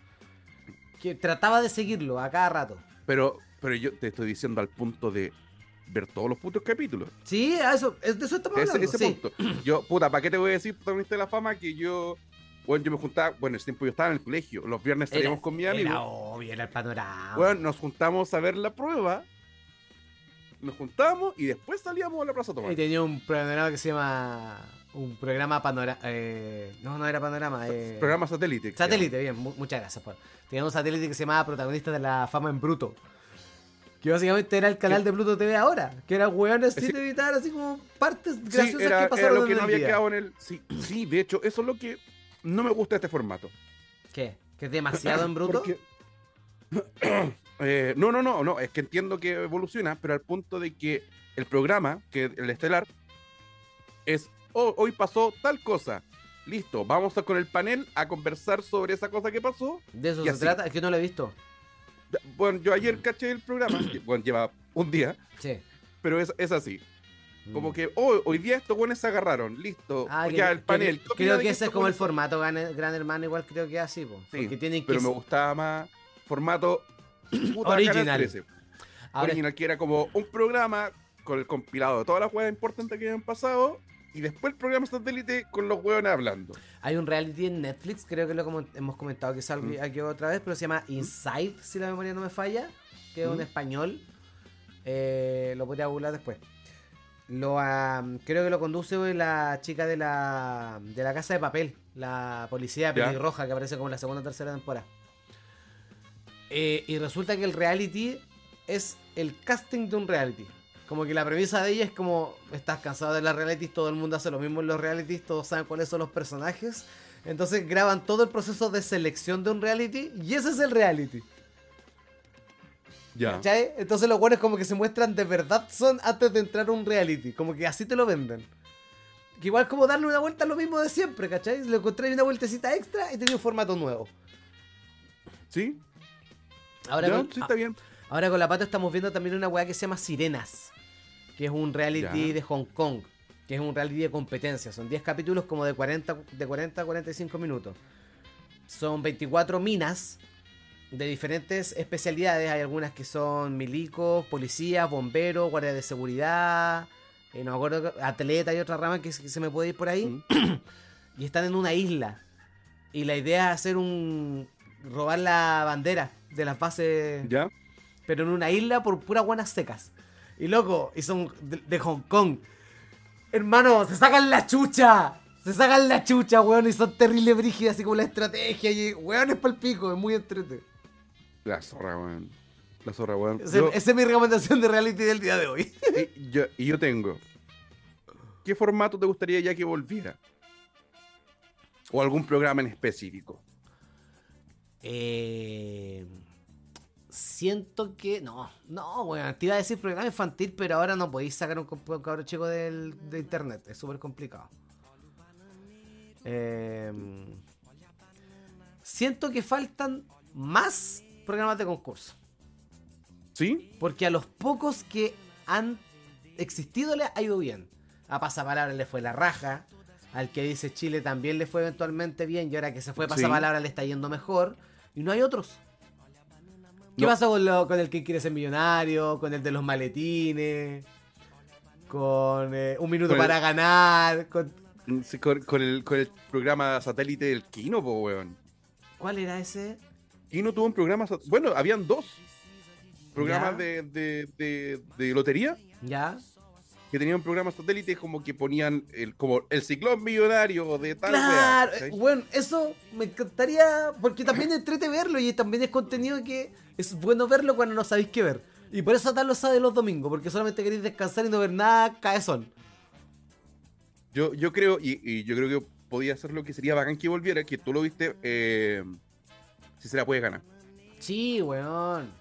S2: Que trataba de seguirlo a cada rato.
S1: Pero, pero yo te estoy diciendo al punto de ver todos los putos capítulos.
S2: Sí, a eso, es- de eso estamos
S1: Ese,
S2: hablando.
S1: ese
S2: sí.
S1: punto. Yo, puta, ¿para qué te voy a decir protagonista de la fama que yo, bueno, yo me juntaba, bueno, ese tiempo yo estaba en el colegio, los viernes
S2: Era-
S1: salíamos con mi amigo.
S2: Era obvio, era el panorama.
S1: Bueno, nos juntamos a ver la prueba nos juntábamos y después salíamos a la plaza a tomar.
S2: Y tenía un programa que se llama. Un programa panorama. Eh, no, no era panorama. Eh,
S1: Programa satélite. que
S2: Satélite, bien, mu- muchas gracias. Por... Tenía un satélite que se llamaba Protagonistas de la Fama en Bruto. Que básicamente era el canal de Pluto TV ahora. Que era weones
S1: Sí.
S2: sin editar así como partes
S1: se
S2: graciosas
S1: llama. Sí, era,
S2: que
S1: era
S2: pasaron
S1: lo que
S2: en
S1: no
S2: el
S1: había
S2: día.
S1: quedado en el. Sí, sí, de hecho, eso es lo que no me gusta de este formato.
S2: ¿Qué? ¿Que es demasiado en Bruto?
S1: Porque- Eh, no, no, no, no, es que entiendo que evoluciona, pero al punto de que el programa, que el estelar, es "Oh, hoy pasó tal cosa. Listo, vamos a con el panel a conversar sobre esa cosa que pasó.
S2: De eso
S1: Y
S2: se
S1: así.
S2: trata. Es que no lo he visto.
S1: Bueno, yo
S2: Mm.
S1: ayer caché el programa, que, bueno, lleva un día,
S2: Sí.
S1: pero es, es así. Como
S2: Mm.
S1: que "Oh, hoy día estos buenos se agarraron, listo.
S2: Ah,
S1: ya
S2: que-
S1: el panel.
S2: que-
S1: ¿qué opinas
S2: creo
S1: de
S2: que ese
S1: estos
S2: es como el
S1: buenos-
S2: formato Gran, Gran Hermano, igual creo que es así, po.
S1: Sí,
S2: Porque tienen que.
S1: Pero me gustaba más formato puta, Canal
S2: Original.
S1: 13.
S2: Ahora-
S1: original, que era como un programa con el compilado de todas las huevas importantes que habían pasado y después el programa satélite con los huevones hablando.
S2: Hay un reality en Netflix, creo que lo como- hemos comentado quizás algo-
S1: Mm.
S2: aquí otra vez, pero se llama Inside, si la memoria no me falla, que es un
S1: Mm.
S2: español. Eh, lo podría googlear después. Lo, am, creo que lo conduce hoy la chica de la, de la casa de papel, la policía
S1: Ya.
S2: pelirroja que aparece como en la segunda o tercera temporada. Eh, y resulta que el reality es el casting de un reality. Como que la premisa de ella es como, estás cansado de las realities, todo el mundo hace lo mismo en los realities, todos saben cuáles son los personajes. Entonces graban todo el proceso de selección de un reality y ese es el reality.
S1: Ya.
S2: ¿Cachai? Entonces los buenos como que se muestran de verdad son antes de entrar a un reality. Como que así te lo venden. Que igual como darle una vuelta a lo mismo de siempre, ¿cachai? Le encontré una vueltecita extra y tenía un formato nuevo.
S1: ¿Sí?
S2: Ahora,
S1: ya,
S2: con, ah.
S1: sí, está bien.
S2: ahora con la pata estamos viendo también una weá que se llama Sirenas. Que es un reality
S1: Ya.
S2: de Hong Kong. Que es un reality de competencia. Son 10 capítulos como de 40, de 40 a 45 minutos. Son 24 minas de diferentes especialidades. Hay algunas que son milicos, policías, bomberos, guardias de seguridad. eh, no me acuerdo, atleta y otra rama que se, que se me puede ir por ahí. Y están en una isla. Y la idea es hacer un. robar la bandera de las bases.
S1: Ya.
S2: Pero en una isla por puras buenas secas. Y loco, y son de, de Hong Kong. Hermano, se sacan la chucha. Se sacan la chucha, weón. Y son terribles brígidas, así como la estrategia. Y weón es palpico, es muy entretenido.
S1: La zorra, weón. La zorra, weón.
S2: Ese-
S1: Yo-
S2: Esa es mi recomendación de reality del día de hoy.
S1: y, yo, y yo tengo. ¿Qué formato te gustaría ya que volviera? ¿O algún programa en específico?
S2: Eh, siento que. No, no, weón. Te iba a decir programa infantil, pero ahora no podéis sacar un, comp- un cabro chico del, de internet. Es súper complicado. Eh, siento que faltan más programas de concurso.
S1: ¿Sí?
S2: Porque a los pocos que han existido le ha ido bien. A Pasapalabra le fue la raja. Al que dice Chile también le fue eventualmente bien. Y ahora que se fue
S1: Sí.
S2: Pasapalabra le está yendo mejor. Y no hay otros. ¿Qué
S1: No.
S2: pasa con, lo- con el que quiere ser millonario? Con el de los maletines. Con eh, un minuto
S1: Con el-
S2: para ganar. Con...
S1: Mm, Sí, Con, con el, con el programa satélite del Kino, po, weón.
S2: ¿Cuál era ese?
S1: Kino tuvo un programa. sat- Bueno, habían dos programas
S2: Ya.
S1: de, de- de- de lotería.
S2: ¿Ya?
S1: que tenían programas satélites como que ponían el, como el ciclón millonario de tal wea,
S2: Claro, eh,
S1: ¿cachai?
S2: bueno, eso me encantaría, porque también entrete verlo y también es contenido que es bueno verlo cuando no sabéis qué ver. Y por eso Atar lo sabe los domingos, porque solamente queréis descansar y no ver nada, cae sol.
S1: yo, yo creo, y, y yo creo que podía hacer lo que sería bacán que volviera, que tú lo viste, eh, si se la puede ganar.
S2: Sí, weón.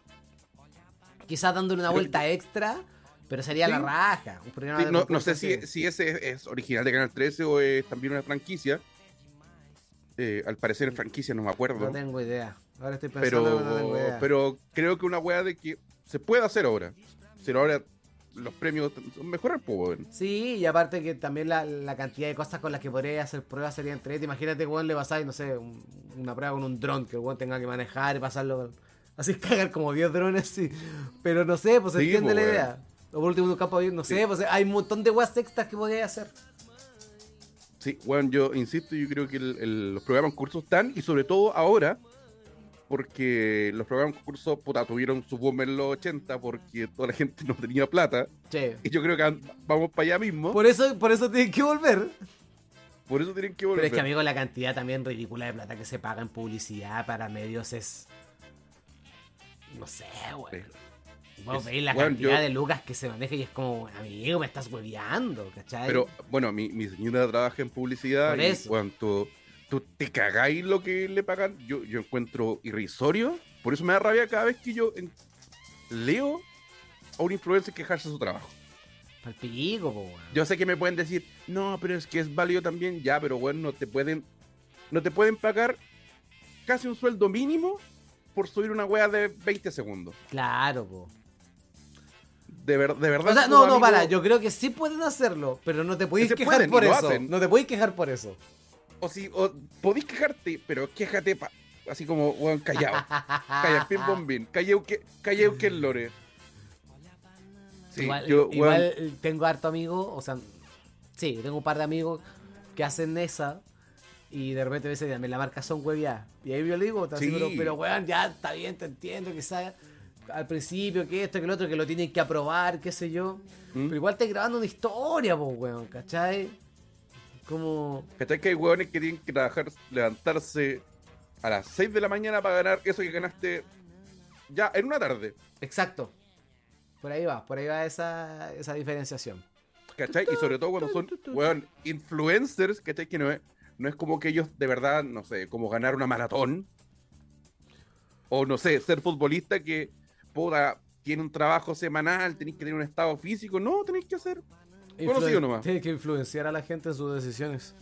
S2: Quizás dándole una
S1: Pero-
S2: vuelta extra, pero sería la
S1: Sí.
S2: raja. un programa
S1: Sí,
S2: Ah, de
S1: no, no
S2: concurso
S1: sé si,
S2: así.
S1: si ese es, es original de Canal 13 o es también una franquicia. Eh, al parecer es franquicia, no me acuerdo.
S2: No tengo idea. Ahora estoy pensando
S1: pero,
S2: que no tengo idea.
S1: pero creo que una wea de que se puede hacer ahora. Si no, ahora los premios son mejores, pues, weón.
S2: Sí, y aparte que también la, la cantidad de cosas con las que podría hacer pruebas sería entrete. Imagínate, weón, le pasáis, no sé, un- una prueba con un dron que el weón tenga que manejar y pasarlo. con- Así cagar como 10 drones, sí. Pero no sé, pues se
S1: Sí,
S2: entiende
S1: pues,
S2: la
S1: weón.
S2: idea. O por último, un campo abierto, no
S1: Sí.
S2: sé, pues hay un montón de weas extras que podrías hacer.
S1: Sí, bueno, yo insisto, yo creo que el- el- los programas cursos están y sobre todo ahora porque los programas de concurso puta, tuvieron su boom en los 80 porque toda la gente no tenía plata.
S2: Che.
S1: Y yo creo que an- vamos para allá mismo. Por,
S2: Por eso, por eso tienen que volver.
S1: eso tienen que
S2: Pero
S1: volver.
S2: es que, amigo, la cantidad también ridícula de plata que se paga en publicidad para medios es. No sé, güey. Vos
S1: Es-
S2: veis la
S1: bueno,
S2: cantidad
S1: yo-
S2: de lucas que se maneja y es como, amigo, me estás hueveando, ¿cachai?
S1: Pero bueno, mi, mi señora trabaja en publicidad
S2: Por
S1: y
S2: eso.
S1: cuanto tú te cagáis lo que le pagan, yo, yo encuentro irrisorio. Por eso me da rabia cada vez que yo en- leo a un influencer quejarse de su trabajo.
S2: Pal pico, po, weón.
S1: Yo sé que me pueden decir, no, pero es que es válido también, ya, pero bueno, no te pueden, no te pueden pagar casi un sueldo mínimo por subir una wea de 20 segundos.
S2: Claro, po.
S1: De, ver- de verdad.
S2: O sea,
S1: como
S2: no, no,
S1: amigo-
S2: para, yo creo que sí pueden hacerlo, pero no te podéis
S1: se
S2: quejar
S1: pueden y
S2: por
S1: lo
S2: eso.
S1: hacen.
S2: No te podéis quejar por eso.
S1: O si o, podéis quejarte, pero quéjate pa- así como, weón, callado. Ah, Calla, pim bombín. Calleu que, calleu que el lore. Sí,
S2: igual,
S1: yo, weón,
S2: igual eh, tengo harto amigo, o sea, sí, tengo un par de amigos que hacen esa y de repente me dicen, "Dame la marca son hueviadas. Y ahí yo le digo, así,
S1: Sí.
S2: pero, pero weón, ya está bien, te entiendo, quizás al principio, que esto, que lo otro, que lo tienen que aprobar, qué sé yo.
S1: ¿Mm?
S2: Pero igual te grabando una historia, pues, weón, ¿cachai? Como...
S1: ¿Cachai que hay hueones que tienen que trabajar, levantarse a las 6 de la mañana para ganar eso que ganaste ya en una tarde?
S2: Exacto. Por ahí va, por ahí va esa, esa diferenciación.
S1: ¿Cachai? Y sobre todo cuando son, weón, influencers, ¿cachai? Que no es, no es como que ellos de verdad, no sé, como ganar una maratón. O no sé, ser futbolista que, puta, tiene un trabajo semanal, tenéis que tener un estado físico. No, tenéis que hacer. Conocido
S2: Influen-
S1: nomás.
S2: Tiene que influenciar a la gente en sus decisiones.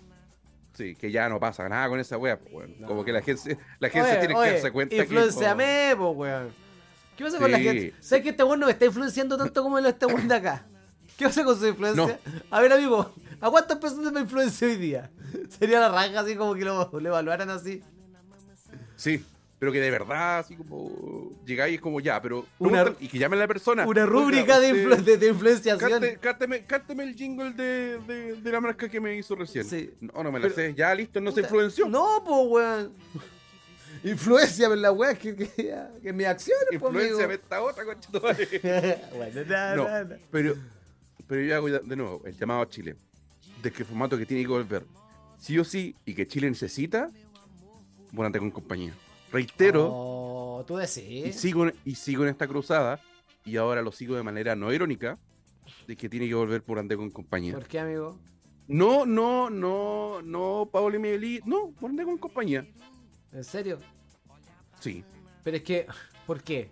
S1: Sí, que ya no pasa nada con esa wea, pues, weón. Como que la gente, la gente
S2: Oye,
S1: tiene
S2: oye,
S1: que darse cuenta que-
S2: influenciame, po, weón. ¿Qué pasa con la
S1: Sí.
S2: gente? ¿Sabes que este weón no me está influenciando tanto como lo este weón de acá? ¿Qué pasa con su influencia? A ver, amigo, ¿a cuántas personas me influencia hoy día? Sería la raja así como que lo, lo evaluaran así.
S1: Sí, pero que de verdad, así como llegáis y es como ya, pero
S2: Una-
S1: preguntan- y que llamen a la persona.
S2: Una
S1: Oiga,
S2: rúbrica de,
S1: usted-
S2: influ- de- de influenciación.
S1: Cánteme, cánteme el jingle de, de- de la marca que me hizo recién.
S2: Sí.
S1: No, no me la
S2: Pero-
S1: sé. Ya, listo, no se
S2: Puta,
S1: influenció.
S2: No, po, weón. Influencia en la weá, que, que, que mis acciones, po,
S1: Influencia
S2: pues, amigo.
S1: de esta otra, conchetumare.
S2: bueno, nada,
S1: No,
S2: nada, nada.
S1: pero, pero yo hago ya- de nuevo el llamado a Chile. De que el formato que tiene que volver. Sí o sí, y que Chile necesita, volante con compañía. Reitero,
S2: Oh, tú
S1: y
S2: decís.
S1: sigo, en- y sigo en esta cruzada, y ahora lo sigo de manera no irónica, de que tiene que volver por ante con compañía.
S2: ¿Por qué, amigo?
S1: No, no, no, no, Paolo y Meli, no, por ante con compañía.
S2: ¿En serio?
S1: Sí.
S2: Pero es que, ¿por qué?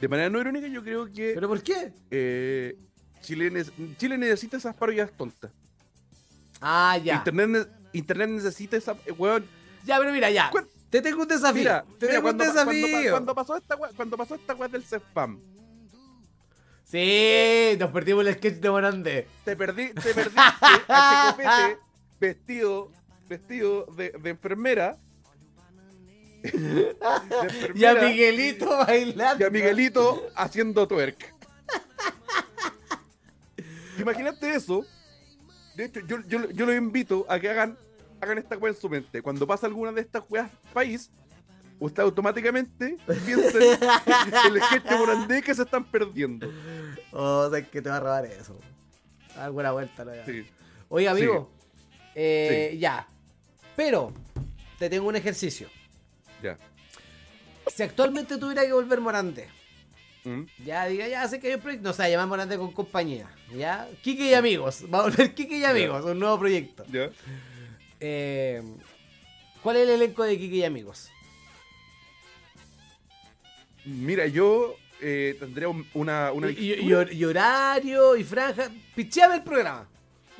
S1: De manera no irónica, yo creo que
S2: ¿Pero por qué?
S1: eh, Chile, ne- Chile necesita esas parodias tontas.
S2: Ah, ya.
S1: Internet, ne- Internet necesita esa. eh, weón,
S2: Ya, pero mira, ya.
S1: Cuen-
S2: Te tengo un desafío.
S1: mira,
S2: te
S1: mira,
S2: tengo un
S1: cuando, pa- cuando pa-
S2: desafío.
S1: cuando pasó esta wea- cuando pasó esta wea del spam,
S2: Sí, Eh, nos perdimos el sketch de Morandé.
S1: te perdí, te perdiste a este copete vestido, vestido de, de enfermera. De
S2: Y a
S1: enfermera
S2: Miguelito bailando.
S1: y a Miguelito haciendo twerk. Imagínate eso. De hecho, yo, yo, yo los invito a que hagan, hagan esta weá en su mente. Cuando pasa alguna de estas weas país, usted automáticamente piensa en el sketch de Morandé que se están perdiendo.
S2: Oh, sé que te va a robar eso. Alguna vuelta lo voy a dar.
S1: Sí.
S2: Oye, amigo. eh, Ya. Pero, te tengo un ejercicio.
S1: Ya.
S2: Si actualmente tuviera que volver Morandé,
S1: Mm.
S2: ya diga, ya sé que hay un proyecto. No, o sea, llamar Morandé con compañía. Ya. Kike y amigos. Va a volver Kike y amigos. Un nuevo proyecto.
S1: Ya.
S2: Eh, ¿Cuál es el elenco de Kiki y amigos?
S1: Mira, yo eh, tendría un- una, una
S2: Y, y- y hor- y horario y franja. Picheame el programa.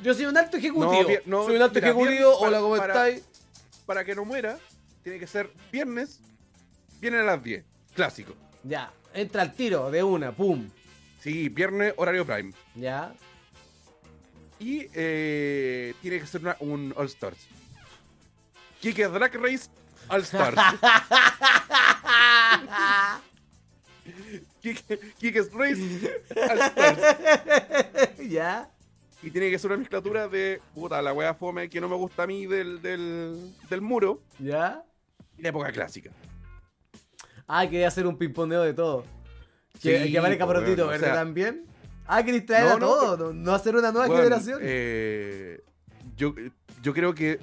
S2: Yo soy un alto ejecutivo.
S1: No, bien, no,
S2: soy un alto
S1: mira,
S2: ejecutivo.
S1: bien,
S2: Hola,
S1: para-
S2: ¿cómo
S1: para-
S2: estáis?
S1: para que no muera. Tiene que ser viernes, viernes a las 10. Clásico.
S2: Ya, entra al tiro de una, pum.
S1: Sí, viernes, horario prime.
S2: Ya.
S1: Y eh, tiene que ser una- un All Stars. Kike Drag Race All Stars. Kike Kike's Race All Stars.
S2: ya.
S1: Y tiene que ser una mezclatura de puta, la wea fome que no me gusta a mí del, del, del muro
S2: Ya.
S1: y la época clásica.
S2: Ah, quería hacer un pimponeo de todo. Que,
S1: Sí,
S2: que aparezca
S1: po,
S2: Protito
S1: weón, o
S2: Verde
S1: sea-
S2: también. Ah, queréis traer
S1: No,
S2: a
S1: no,
S2: todo, no, no hacer una nueva
S1: Weón,
S2: generación.
S1: eh, yo, yo creo que.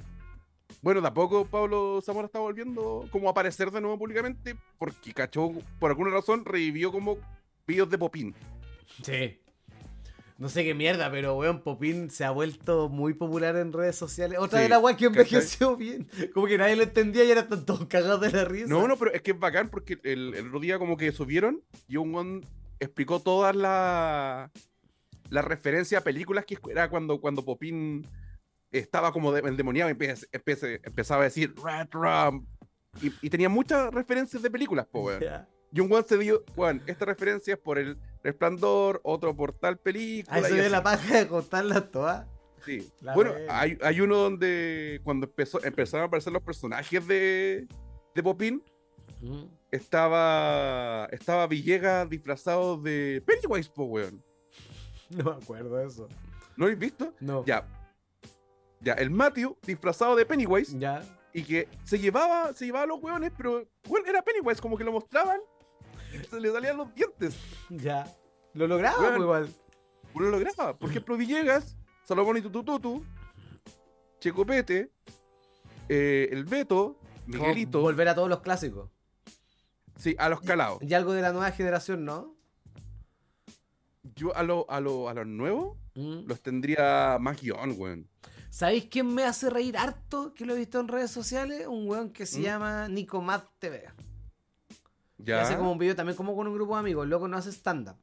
S1: Bueno, tampoco Pablo Zamora está volviendo como a aparecer de nuevo públicamente porque cachó, por alguna razón, revivió como vídeos de Popín.
S2: Sí. No sé qué mierda, pero weón, Popín se ha vuelto muy popular en redes sociales. Otra
S1: Sí,
S2: de las weas que
S1: ¿cachai?
S2: envejeció bien. Como que nadie lo entendía y ahora están todos cagados de la risa.
S1: No, no, pero es que es bacán porque el, el otro día como que subieron y un weón explicó todas las las referencias a películas que era cuando, cuando Popín estaba como de- endemoniado y empe- empe- empezaba a decir Rat Ram. Y, y tenía muchas referencias de películas, po, weón.
S2: Ya.
S1: Y un weón se dio, weón, esta referencia es por el resplandor, otro por tal película.
S2: Ahí
S1: y
S2: se ve
S1: así.
S2: la paja Ah, de contarlas todas.
S1: Sí.
S2: La
S1: bueno,
S2: buena.
S1: hay, hay uno donde cuando empezó, empezaron a aparecer los personajes de, de Popín,
S2: Mm.
S1: estaba estaba Villegas disfrazado de Pennywise, po, weón.
S2: No me acuerdo de eso.
S1: ¿No lo habéis visto?
S2: No.
S1: Ya. Ya, el Matthew disfrazado de Pennywise
S2: Ya.
S1: y que se llevaba, se llevaba a los weones, pero weón, era Pennywise, como que lo mostraban y se le salían los dientes.
S2: Ya. Lo lograba
S1: Weón.
S2: igual.
S1: Uno lo graba. Por ejemplo, Villegas, Salomón y Tutututu, Checopete, eh, el Beto,
S2: Como
S1: Miguelito,
S2: Volver a todos los clásicos.
S1: sí, a los calados.
S2: Y algo de la nueva generación, ¿no?
S1: Yo a, lo- a, lo- a los nuevos
S2: Mm.
S1: los tendría más guión, weón.
S2: ¿Sabéis quién me hace reír harto que lo he visto en redes sociales? Un weón que se
S1: Mm.
S2: llama Nicomat TV. Y
S1: Ya.
S2: hace como un video también como con un grupo de amigos. El loco no hace stand-up.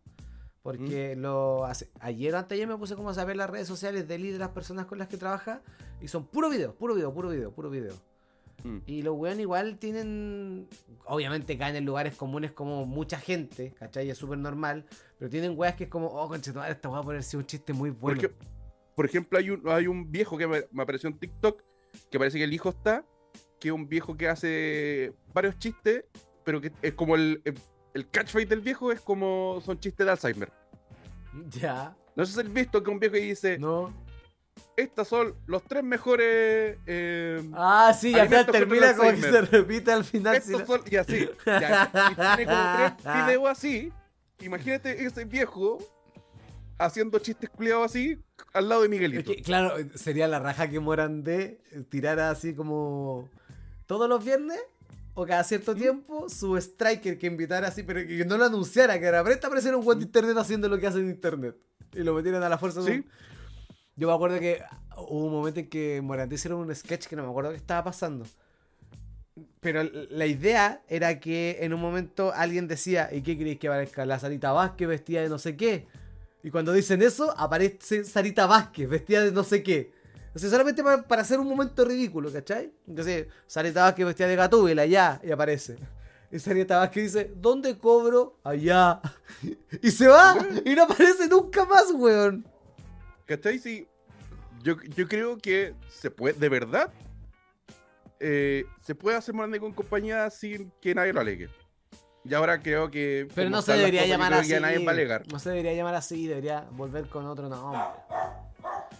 S2: Porque
S1: Mm.
S2: lo hace, ayer o anteayer me puse como a saber las redes sociales de él y de las personas con las que trabaja. Y son puro video, puro video, puro video, puro video.
S1: Mm.
S2: Y los weón igual tienen. Obviamente caen en lugares comunes como mucha gente, ¿cachai? Es súper normal. Pero tienen weas que es como, oh, conchetumar, esta wea puede haber sido un chiste muy bueno.
S1: Porque, por ejemplo, hay un, hay un viejo que me, me apareció en TikTok que parece que el hijo está, que es un viejo que hace varios chistes, pero que es como el, el, el catchphrase del viejo es como son chistes de Alzheimer.
S2: Ya,
S1: No sé si has visto que un viejo que dice,
S2: ¿no?
S1: Estas son los tres mejores. eh,
S2: Ah, sí, ya
S1: Alimentos contra
S2: termina
S1: el
S2: como que se
S1: Alzheimer.
S2: repite al final. si Ah.
S1: estos
S2: no-
S1: son. Y así. ya, y tiene como tres videos así. Imagínate ese viejo haciendo chistes culiados así al lado de
S2: Es
S1: Miguelito.
S2: que, claro, sería la raja que Morandé tirara así como todos los viernes o cada cierto tiempo su striker que invitara así, pero que no lo anunciara, que era presta apareciera un buen de internet haciendo lo que hace en internet. Y lo metieran a la fuerza. en un-
S1: Sí.
S2: Yo me acuerdo que hubo un momento en que Morandé hicieron un sketch que no me acuerdo qué estaba pasando. Pero l- la idea era que en un momento alguien decía, ¿y qué creéis que aparezca? La Sarita Vázquez vestida de no sé qué. Y cuando dicen eso, aparece Sarita Vázquez, vestida de no sé qué. O sea, solamente pa- para, hacer un momento ridículo, ¿cachai? Entonces, Sarita Vázquez vestida de gatúbela, ya, y aparece. Y Sarita Vázquez dice, ¿dónde cobro? Allá. Y se va, y no aparece nunca más, weón.
S1: ¿Cachai? Sí. Yo, yo creo que se puede, de verdad, eh, se puede hacer grande con compañía sin que nadie lo alegue. Y ahora creo que.
S2: Pero
S1: como
S2: no se
S1: están las
S2: debería
S1: cosas, yo
S2: llamar
S1: creo
S2: así.
S1: que ya nadie va a alegar.
S2: No se debería llamar así, debería volver con otro nombre.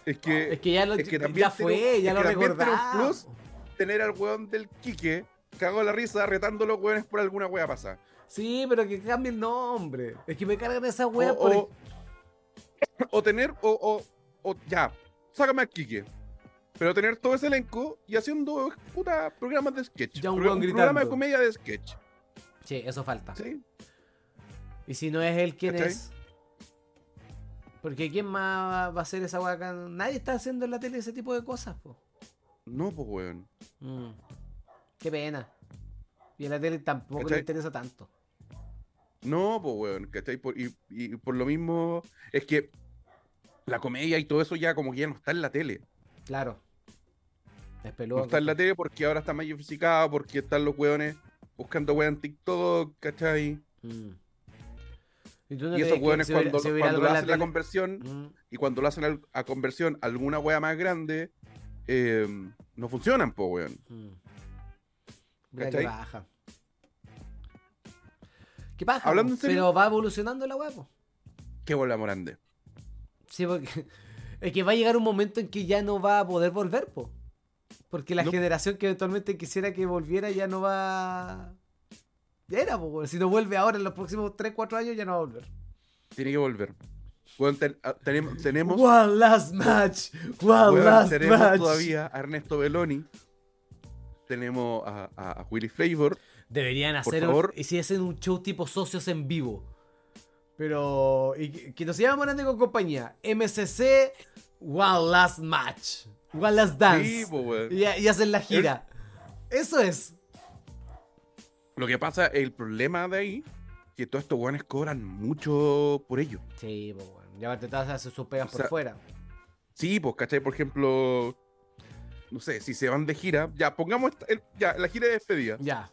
S1: Es que.
S2: Es que ya lo
S1: Eh, es que también
S2: ya
S1: tiene un-
S2: fue,
S1: es
S2: ya
S1: que
S2: lo
S1: también tiene un
S2: recordamos.
S1: plus. tener al weón del Quique cagado en la risa retando a los weones por alguna wea pasada.
S2: Sí, pero que cambie el nombre. Es que me cargan esa
S1: O,
S2: wea por
S1: o- o tener, o, o, o ya, sácame al Quique. Pero tener todo ese elenco y haciendo puta programas de sketch.
S2: Ya un
S1: Pro-
S2: weón
S1: programa de
S2: gritando.
S1: comedia de sketch.
S2: Sí, eso falta.
S1: ¿sí?
S2: Y si no es él, ¿quién
S1: ¿Cachai?
S2: es? Porque ¿quién más va a hacer esa wea acá? Nadie está haciendo en la tele ese tipo de cosas, po.
S1: No, pues weón.
S2: Mm. Qué pena. Y en la tele tampoco le
S1: ¿Cachai?
S2: interesa tanto.
S1: No, pues weón. ¿cachai? Por- y, y por lo mismo, es que la comedia y todo eso ya como que ya no está en la tele.
S2: Claro. Es peludo.
S1: No está en la
S2: ¿cachai?
S1: tele porque ahora está más diversificado, porque están los weones buscando weón en TikTok, ¿cachai?
S2: Mm. ¿Y, tú no
S1: Y
S2: crees
S1: esos
S2: que
S1: hueones
S2: si hubiera-
S1: cuando,
S2: si
S1: cuando
S2: hubiera algo
S1: lo
S2: en la
S1: hacen la
S2: tele-
S1: conversión
S2: Mm.
S1: y cuando lo hacen al- a conversión alguna wea más grande, eh, no funcionan, po, weón.
S2: Mm. Mira qué
S1: ¿Cachai?
S2: baja. Qué baja.
S1: Hablando en serio-
S2: Pero va evolucionando la huevo.
S1: Que vuelva Morande.
S2: Sí, porque es que va a llegar un momento en que ya no va a poder volver, po. Porque la
S1: No.
S2: generación que eventualmente quisiera que volviera ya no va Ya era, pues, weón. Si no vuelve ahora en los próximos 3, 4 años, ya no va a volver.
S1: Tiene que volver. Weón, ten- ah, tenemos tenemos,
S2: One last match. One
S1: weón,
S2: last
S1: tenemos
S2: match.
S1: todavía a Ernesto Beloni. Tenemos a, a- a Willy Flavor.
S2: Deberían
S1: Por
S2: hacer
S1: favor.
S2: un, y si hacen un show tipo socios en vivo. Pero y que, que nos llaman grande con compañía. MCC One Last Match. One Last Dance.
S1: Sí, po, weón.
S2: y, y hacen la gira. Eso es.
S1: Lo que pasa, el problema de ahí, que todos estos weones cobran mucho por ello.
S2: Sí, pues bueno. Ya te estás hacer sus pegas
S1: O
S2: por
S1: sea-
S2: fuera.
S1: Sí, pues, ¿cachai? Por ejemplo, no sé, si se van de gira, ya, pongamos esta- el- ya, la gira de despedida.
S2: Ya.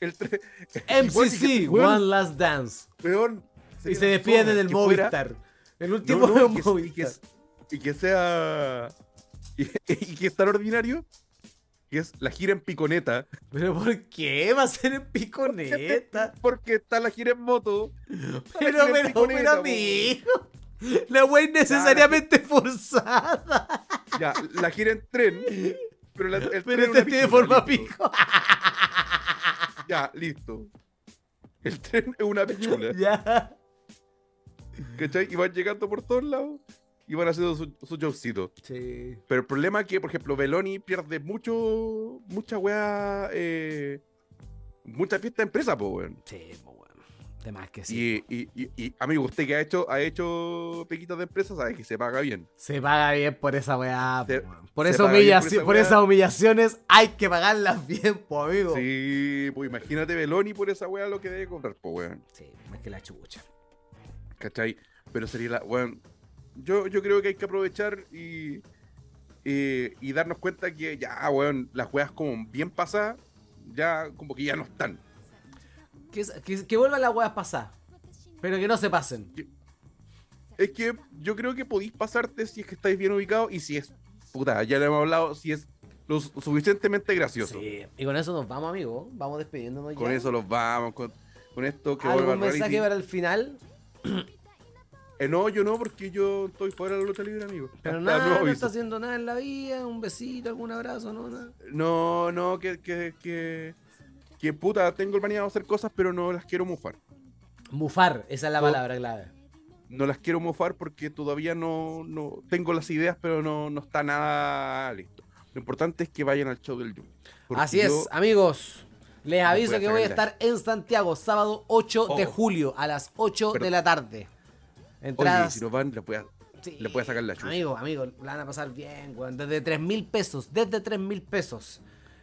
S1: El tre- Igual dije,
S2: MCC
S1: weón,
S2: One Last Dance.
S1: weón,
S2: Y
S1: sería
S2: se
S1: la
S2: despiden
S1: zorra
S2: del
S1: que fuera-
S2: Movistar. El
S1: No,
S2: último
S1: no, y que- y, que,
S2: Movistar.
S1: y que sea. Y, y que es tan ordinario que es la gira en piconeta.
S2: Pero ¿por qué va a ser en piconeta?
S1: Porque está la gira en moto. está la
S2: Pero,
S1: gira en
S2: pero,
S1: piconeta,
S2: pero,
S1: po.
S2: amigo. La wea innecesariamente forzada.
S1: Ya, la gira en tren. Pero la, el tren
S2: Pero
S1: una
S2: este tiene
S1: pichula, listo.
S2: forma pico.
S1: Ya, listo. El tren es una pichula.
S2: Ya.
S1: ¿Cachai? Y van llegando por todos lados y van haciendo su, su showcito.
S2: Sí.
S1: Pero el problema es que, por ejemplo, Beloni pierde mucho, mucha weá, eh, mucha fiesta de empresa, po, weón.
S2: Sí, po, weón. De más que sí.
S1: Y, y, y, y, amigo, usted que ha hecho, ha hecho pequitas de empresa, sabe que se paga bien.
S2: Se paga bien por esa weá, po,
S1: Se-
S2: weón. Por,
S1: se
S2: esa
S1: paga bien por
S2: humillaci-
S1: esa
S2: por
S1: weá.
S2: esas humillaciones hay que pagarlas bien, po, amigo.
S1: Sí, pues imagínate Beloni por esa weá lo que debe cobrar, po, weón.
S2: Sí, más que la chucha.
S1: ¿Cachai? Pero sería la. Weón. Yo, yo creo que hay que aprovechar y. eh, y darnos cuenta que ya, weón, las weas como bien pasadas, ya como que ya no están.
S2: Que, es- que, que vuelvan las weas pasadas. Pero que no se pasen.
S1: Es que yo creo que podéis pasarte si es que estáis bien ubicados y si es. Puta, ya lo hemos hablado, si es lo su- suficientemente gracioso.
S2: Sí. Y con eso nos vamos, amigo. Vamos despidiéndonos ya.
S1: Con eso los vamos, con, con esto que vuelva
S2: ¿Algún
S1: el
S2: mensaje
S1: reality.
S2: para el final?
S1: Eh, no, yo no, porque yo estoy fuera de la lucha libre, amigo.
S2: Pero
S1: Hasta
S2: nada,
S1: nuevo
S2: no
S1: aviso.
S2: está haciendo nada en la vida, un besito, algún abrazo, no, nada.
S1: No, no, que, que, que, que puta, tengo el manía de hacer cosas, pero no las quiero mofar.
S2: Mufar, esa es la
S1: No.
S2: palabra clave.
S1: No las quiero mofar porque todavía no, no tengo las ideas, pero no, no está nada listo. Lo importante es que vayan al show del Junior. porque
S2: Así es,
S1: yo-
S2: amigos. Les aviso
S1: voy a
S2: que voy a
S1: sacar
S2: estar en Santiago, sábado 8 de
S1: Oh.
S2: julio, a las 8 de
S1: Perdón.
S2: la tarde.
S1: Oye,
S2: Entradas.
S1: si no van, les voy a-
S2: sí,
S1: le puede sacar la chucha.
S2: Amigo, amigo, la van a pasar bien, weón. Desde 3 mil pesos, desde 3 mil pesos.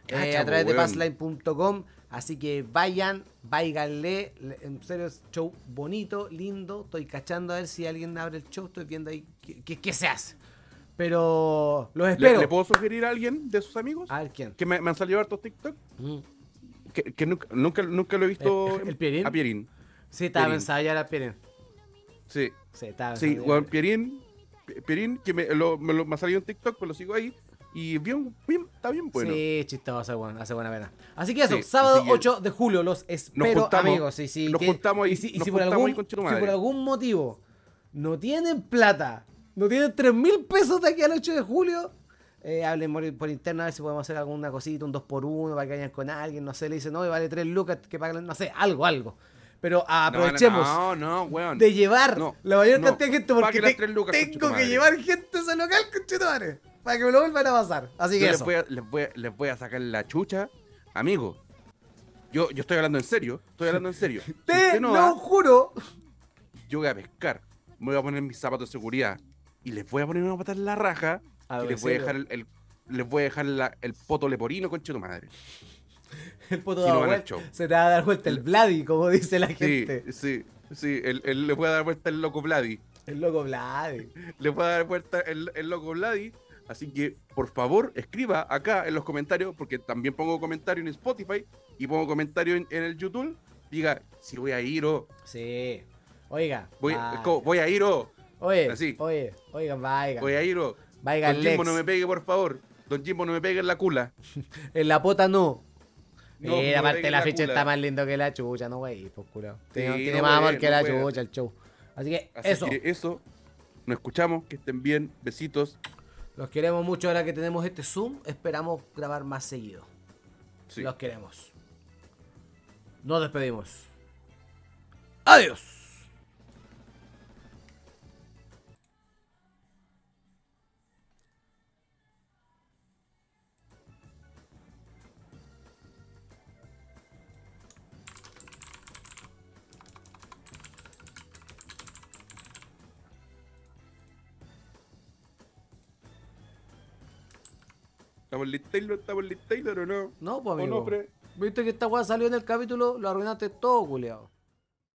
S2: Eh,
S1: Cacha,
S2: a través de
S1: Ah, weón.
S2: passline.com. Así que vayan, váiganle. Le- En serio, es show bonito, lindo. Estoy cachando a ver si alguien abre el show. Estoy viendo ahí qué, qué- qué se hace. Pero Ah. los
S1: ¿Le,
S2: espero.
S1: le puedo sugerir a alguien de sus amigos?
S2: A ver quién.
S1: Que me, me han salido hartos TikTok.
S2: Mm.
S1: Que, que nunca, nunca, nunca lo he visto
S2: Eh, ¿El-
S1: en-
S2: el Pierín?
S1: a Pierín.
S2: Sí, estaba
S1: Pirin.
S2: pensado ya era Pirin.
S1: Sí.
S2: Sí, estaba
S1: Sí,
S2: pensado ya
S1: Juan
S2: era-
S1: Pierín, Pi- Pierín, que me, lo, me, lo- me ha salido en TikTok, pues lo sigo ahí. Y bien, bien, está bien bueno.
S2: Sí, chistoso, weón, hace buena pena. Así que eso,
S1: Sí,
S2: sábado
S1: así que
S2: 8 de julio, los espero,
S1: juntamos,
S2: amigos. Y si
S1: nos
S2: que-
S1: juntamos ahí,
S2: y si, y
S1: nos
S2: si por
S1: juntamos
S2: algún,
S1: ahí con tu
S2: si
S1: madre.
S2: por algún motivo no tienen plata, no tienen 3 mil pesos de aquí al 8 de julio, eh, hablen por, por interno a ver si podemos hacer alguna cosita, un 2 por 1 para que vayan con alguien, no sé, le dicen, no, vale 3 lucas, que paguen, no sé, algo, algo. Pero
S1: No, no,
S2: aprovechemos
S1: No, no, weón.
S2: de llevar
S1: No,
S2: la mayor
S1: no.
S2: cantidad de gente porque
S1: Pague las
S2: te-
S1: tres lucas,
S2: tengo que
S1: conchetumadre.
S2: llevar gente a ese local, conchetumare, para que me lo vuelvan a pasar. Así
S1: Yo
S2: que
S1: les
S2: eso.
S1: voy, a, les, voy a, les voy a sacar la chucha. Amigo, yo, yo estoy hablando en serio. Estoy hablando en serio. Si
S2: Te
S1: usted no
S2: lo
S1: va,
S2: juro.
S1: yo voy a pescar. Me voy a poner mis zapatos de seguridad. Y les voy a poner una pata en la raja.
S2: A
S1: y
S2: ver,
S1: les voy a
S2: ¿en
S1: dejar el, el- les voy a dejar la- el poto leporino, conche tu madre.
S2: El puto
S1: Si no
S2: da
S1: van al
S2: vuelta.
S1: show.
S2: Se te va a dar vuelta el Vladi, como dice la
S1: Sí,
S2: gente.
S1: sí, sí. El, el- les voy a dar vuelta el loco Vladi.
S2: El loco Vladi.
S1: les voy a dar vuelta el, el loco Vladi. Así que, por favor, escriba acá en los comentarios, porque también pongo comentario en Spotify y pongo comentario en, en el YouTube. Diga, si voy a ir o.
S2: Sí. Oiga.
S1: Voy,
S2: va-
S1: ¿cómo? voy a ir o.
S2: Oye,
S1: así.
S2: oye, oigan, vaya.
S1: Voy a ir o.
S2: Vaya,
S1: Don Jimbo
S2: Lex.
S1: no me pegue, por favor. Don Jimbo no me pegue en la cula.
S2: En la pota no.
S1: No, no
S2: Mira, Eh, aparte
S1: pegue
S2: la
S1: la
S2: fecha
S1: cula.
S2: está más lindo que la chucha, no güey, por pues, culo. Tiene,
S1: Sí,
S2: tiene
S1: no
S2: más
S1: güey,
S2: amor que
S1: no
S2: la
S1: güey.
S2: chucha el show. Así que
S1: Así
S2: eso.
S1: que eso. Nos escuchamos, que estén bien. Besitos.
S2: Los queremos mucho ahora que tenemos este Zoom. Esperamos grabar más seguido.
S1: Sí.
S2: Los queremos. Nos despedimos. Adiós.
S1: ¿Estamos Liz Taylor? ¿Estamos Liz Taylor o no?
S2: No, pues
S1: ¿O
S2: amigo.
S1: no, pre?
S2: Viste que esta weá salió en el capítulo, lo arruinaste todo, culeado.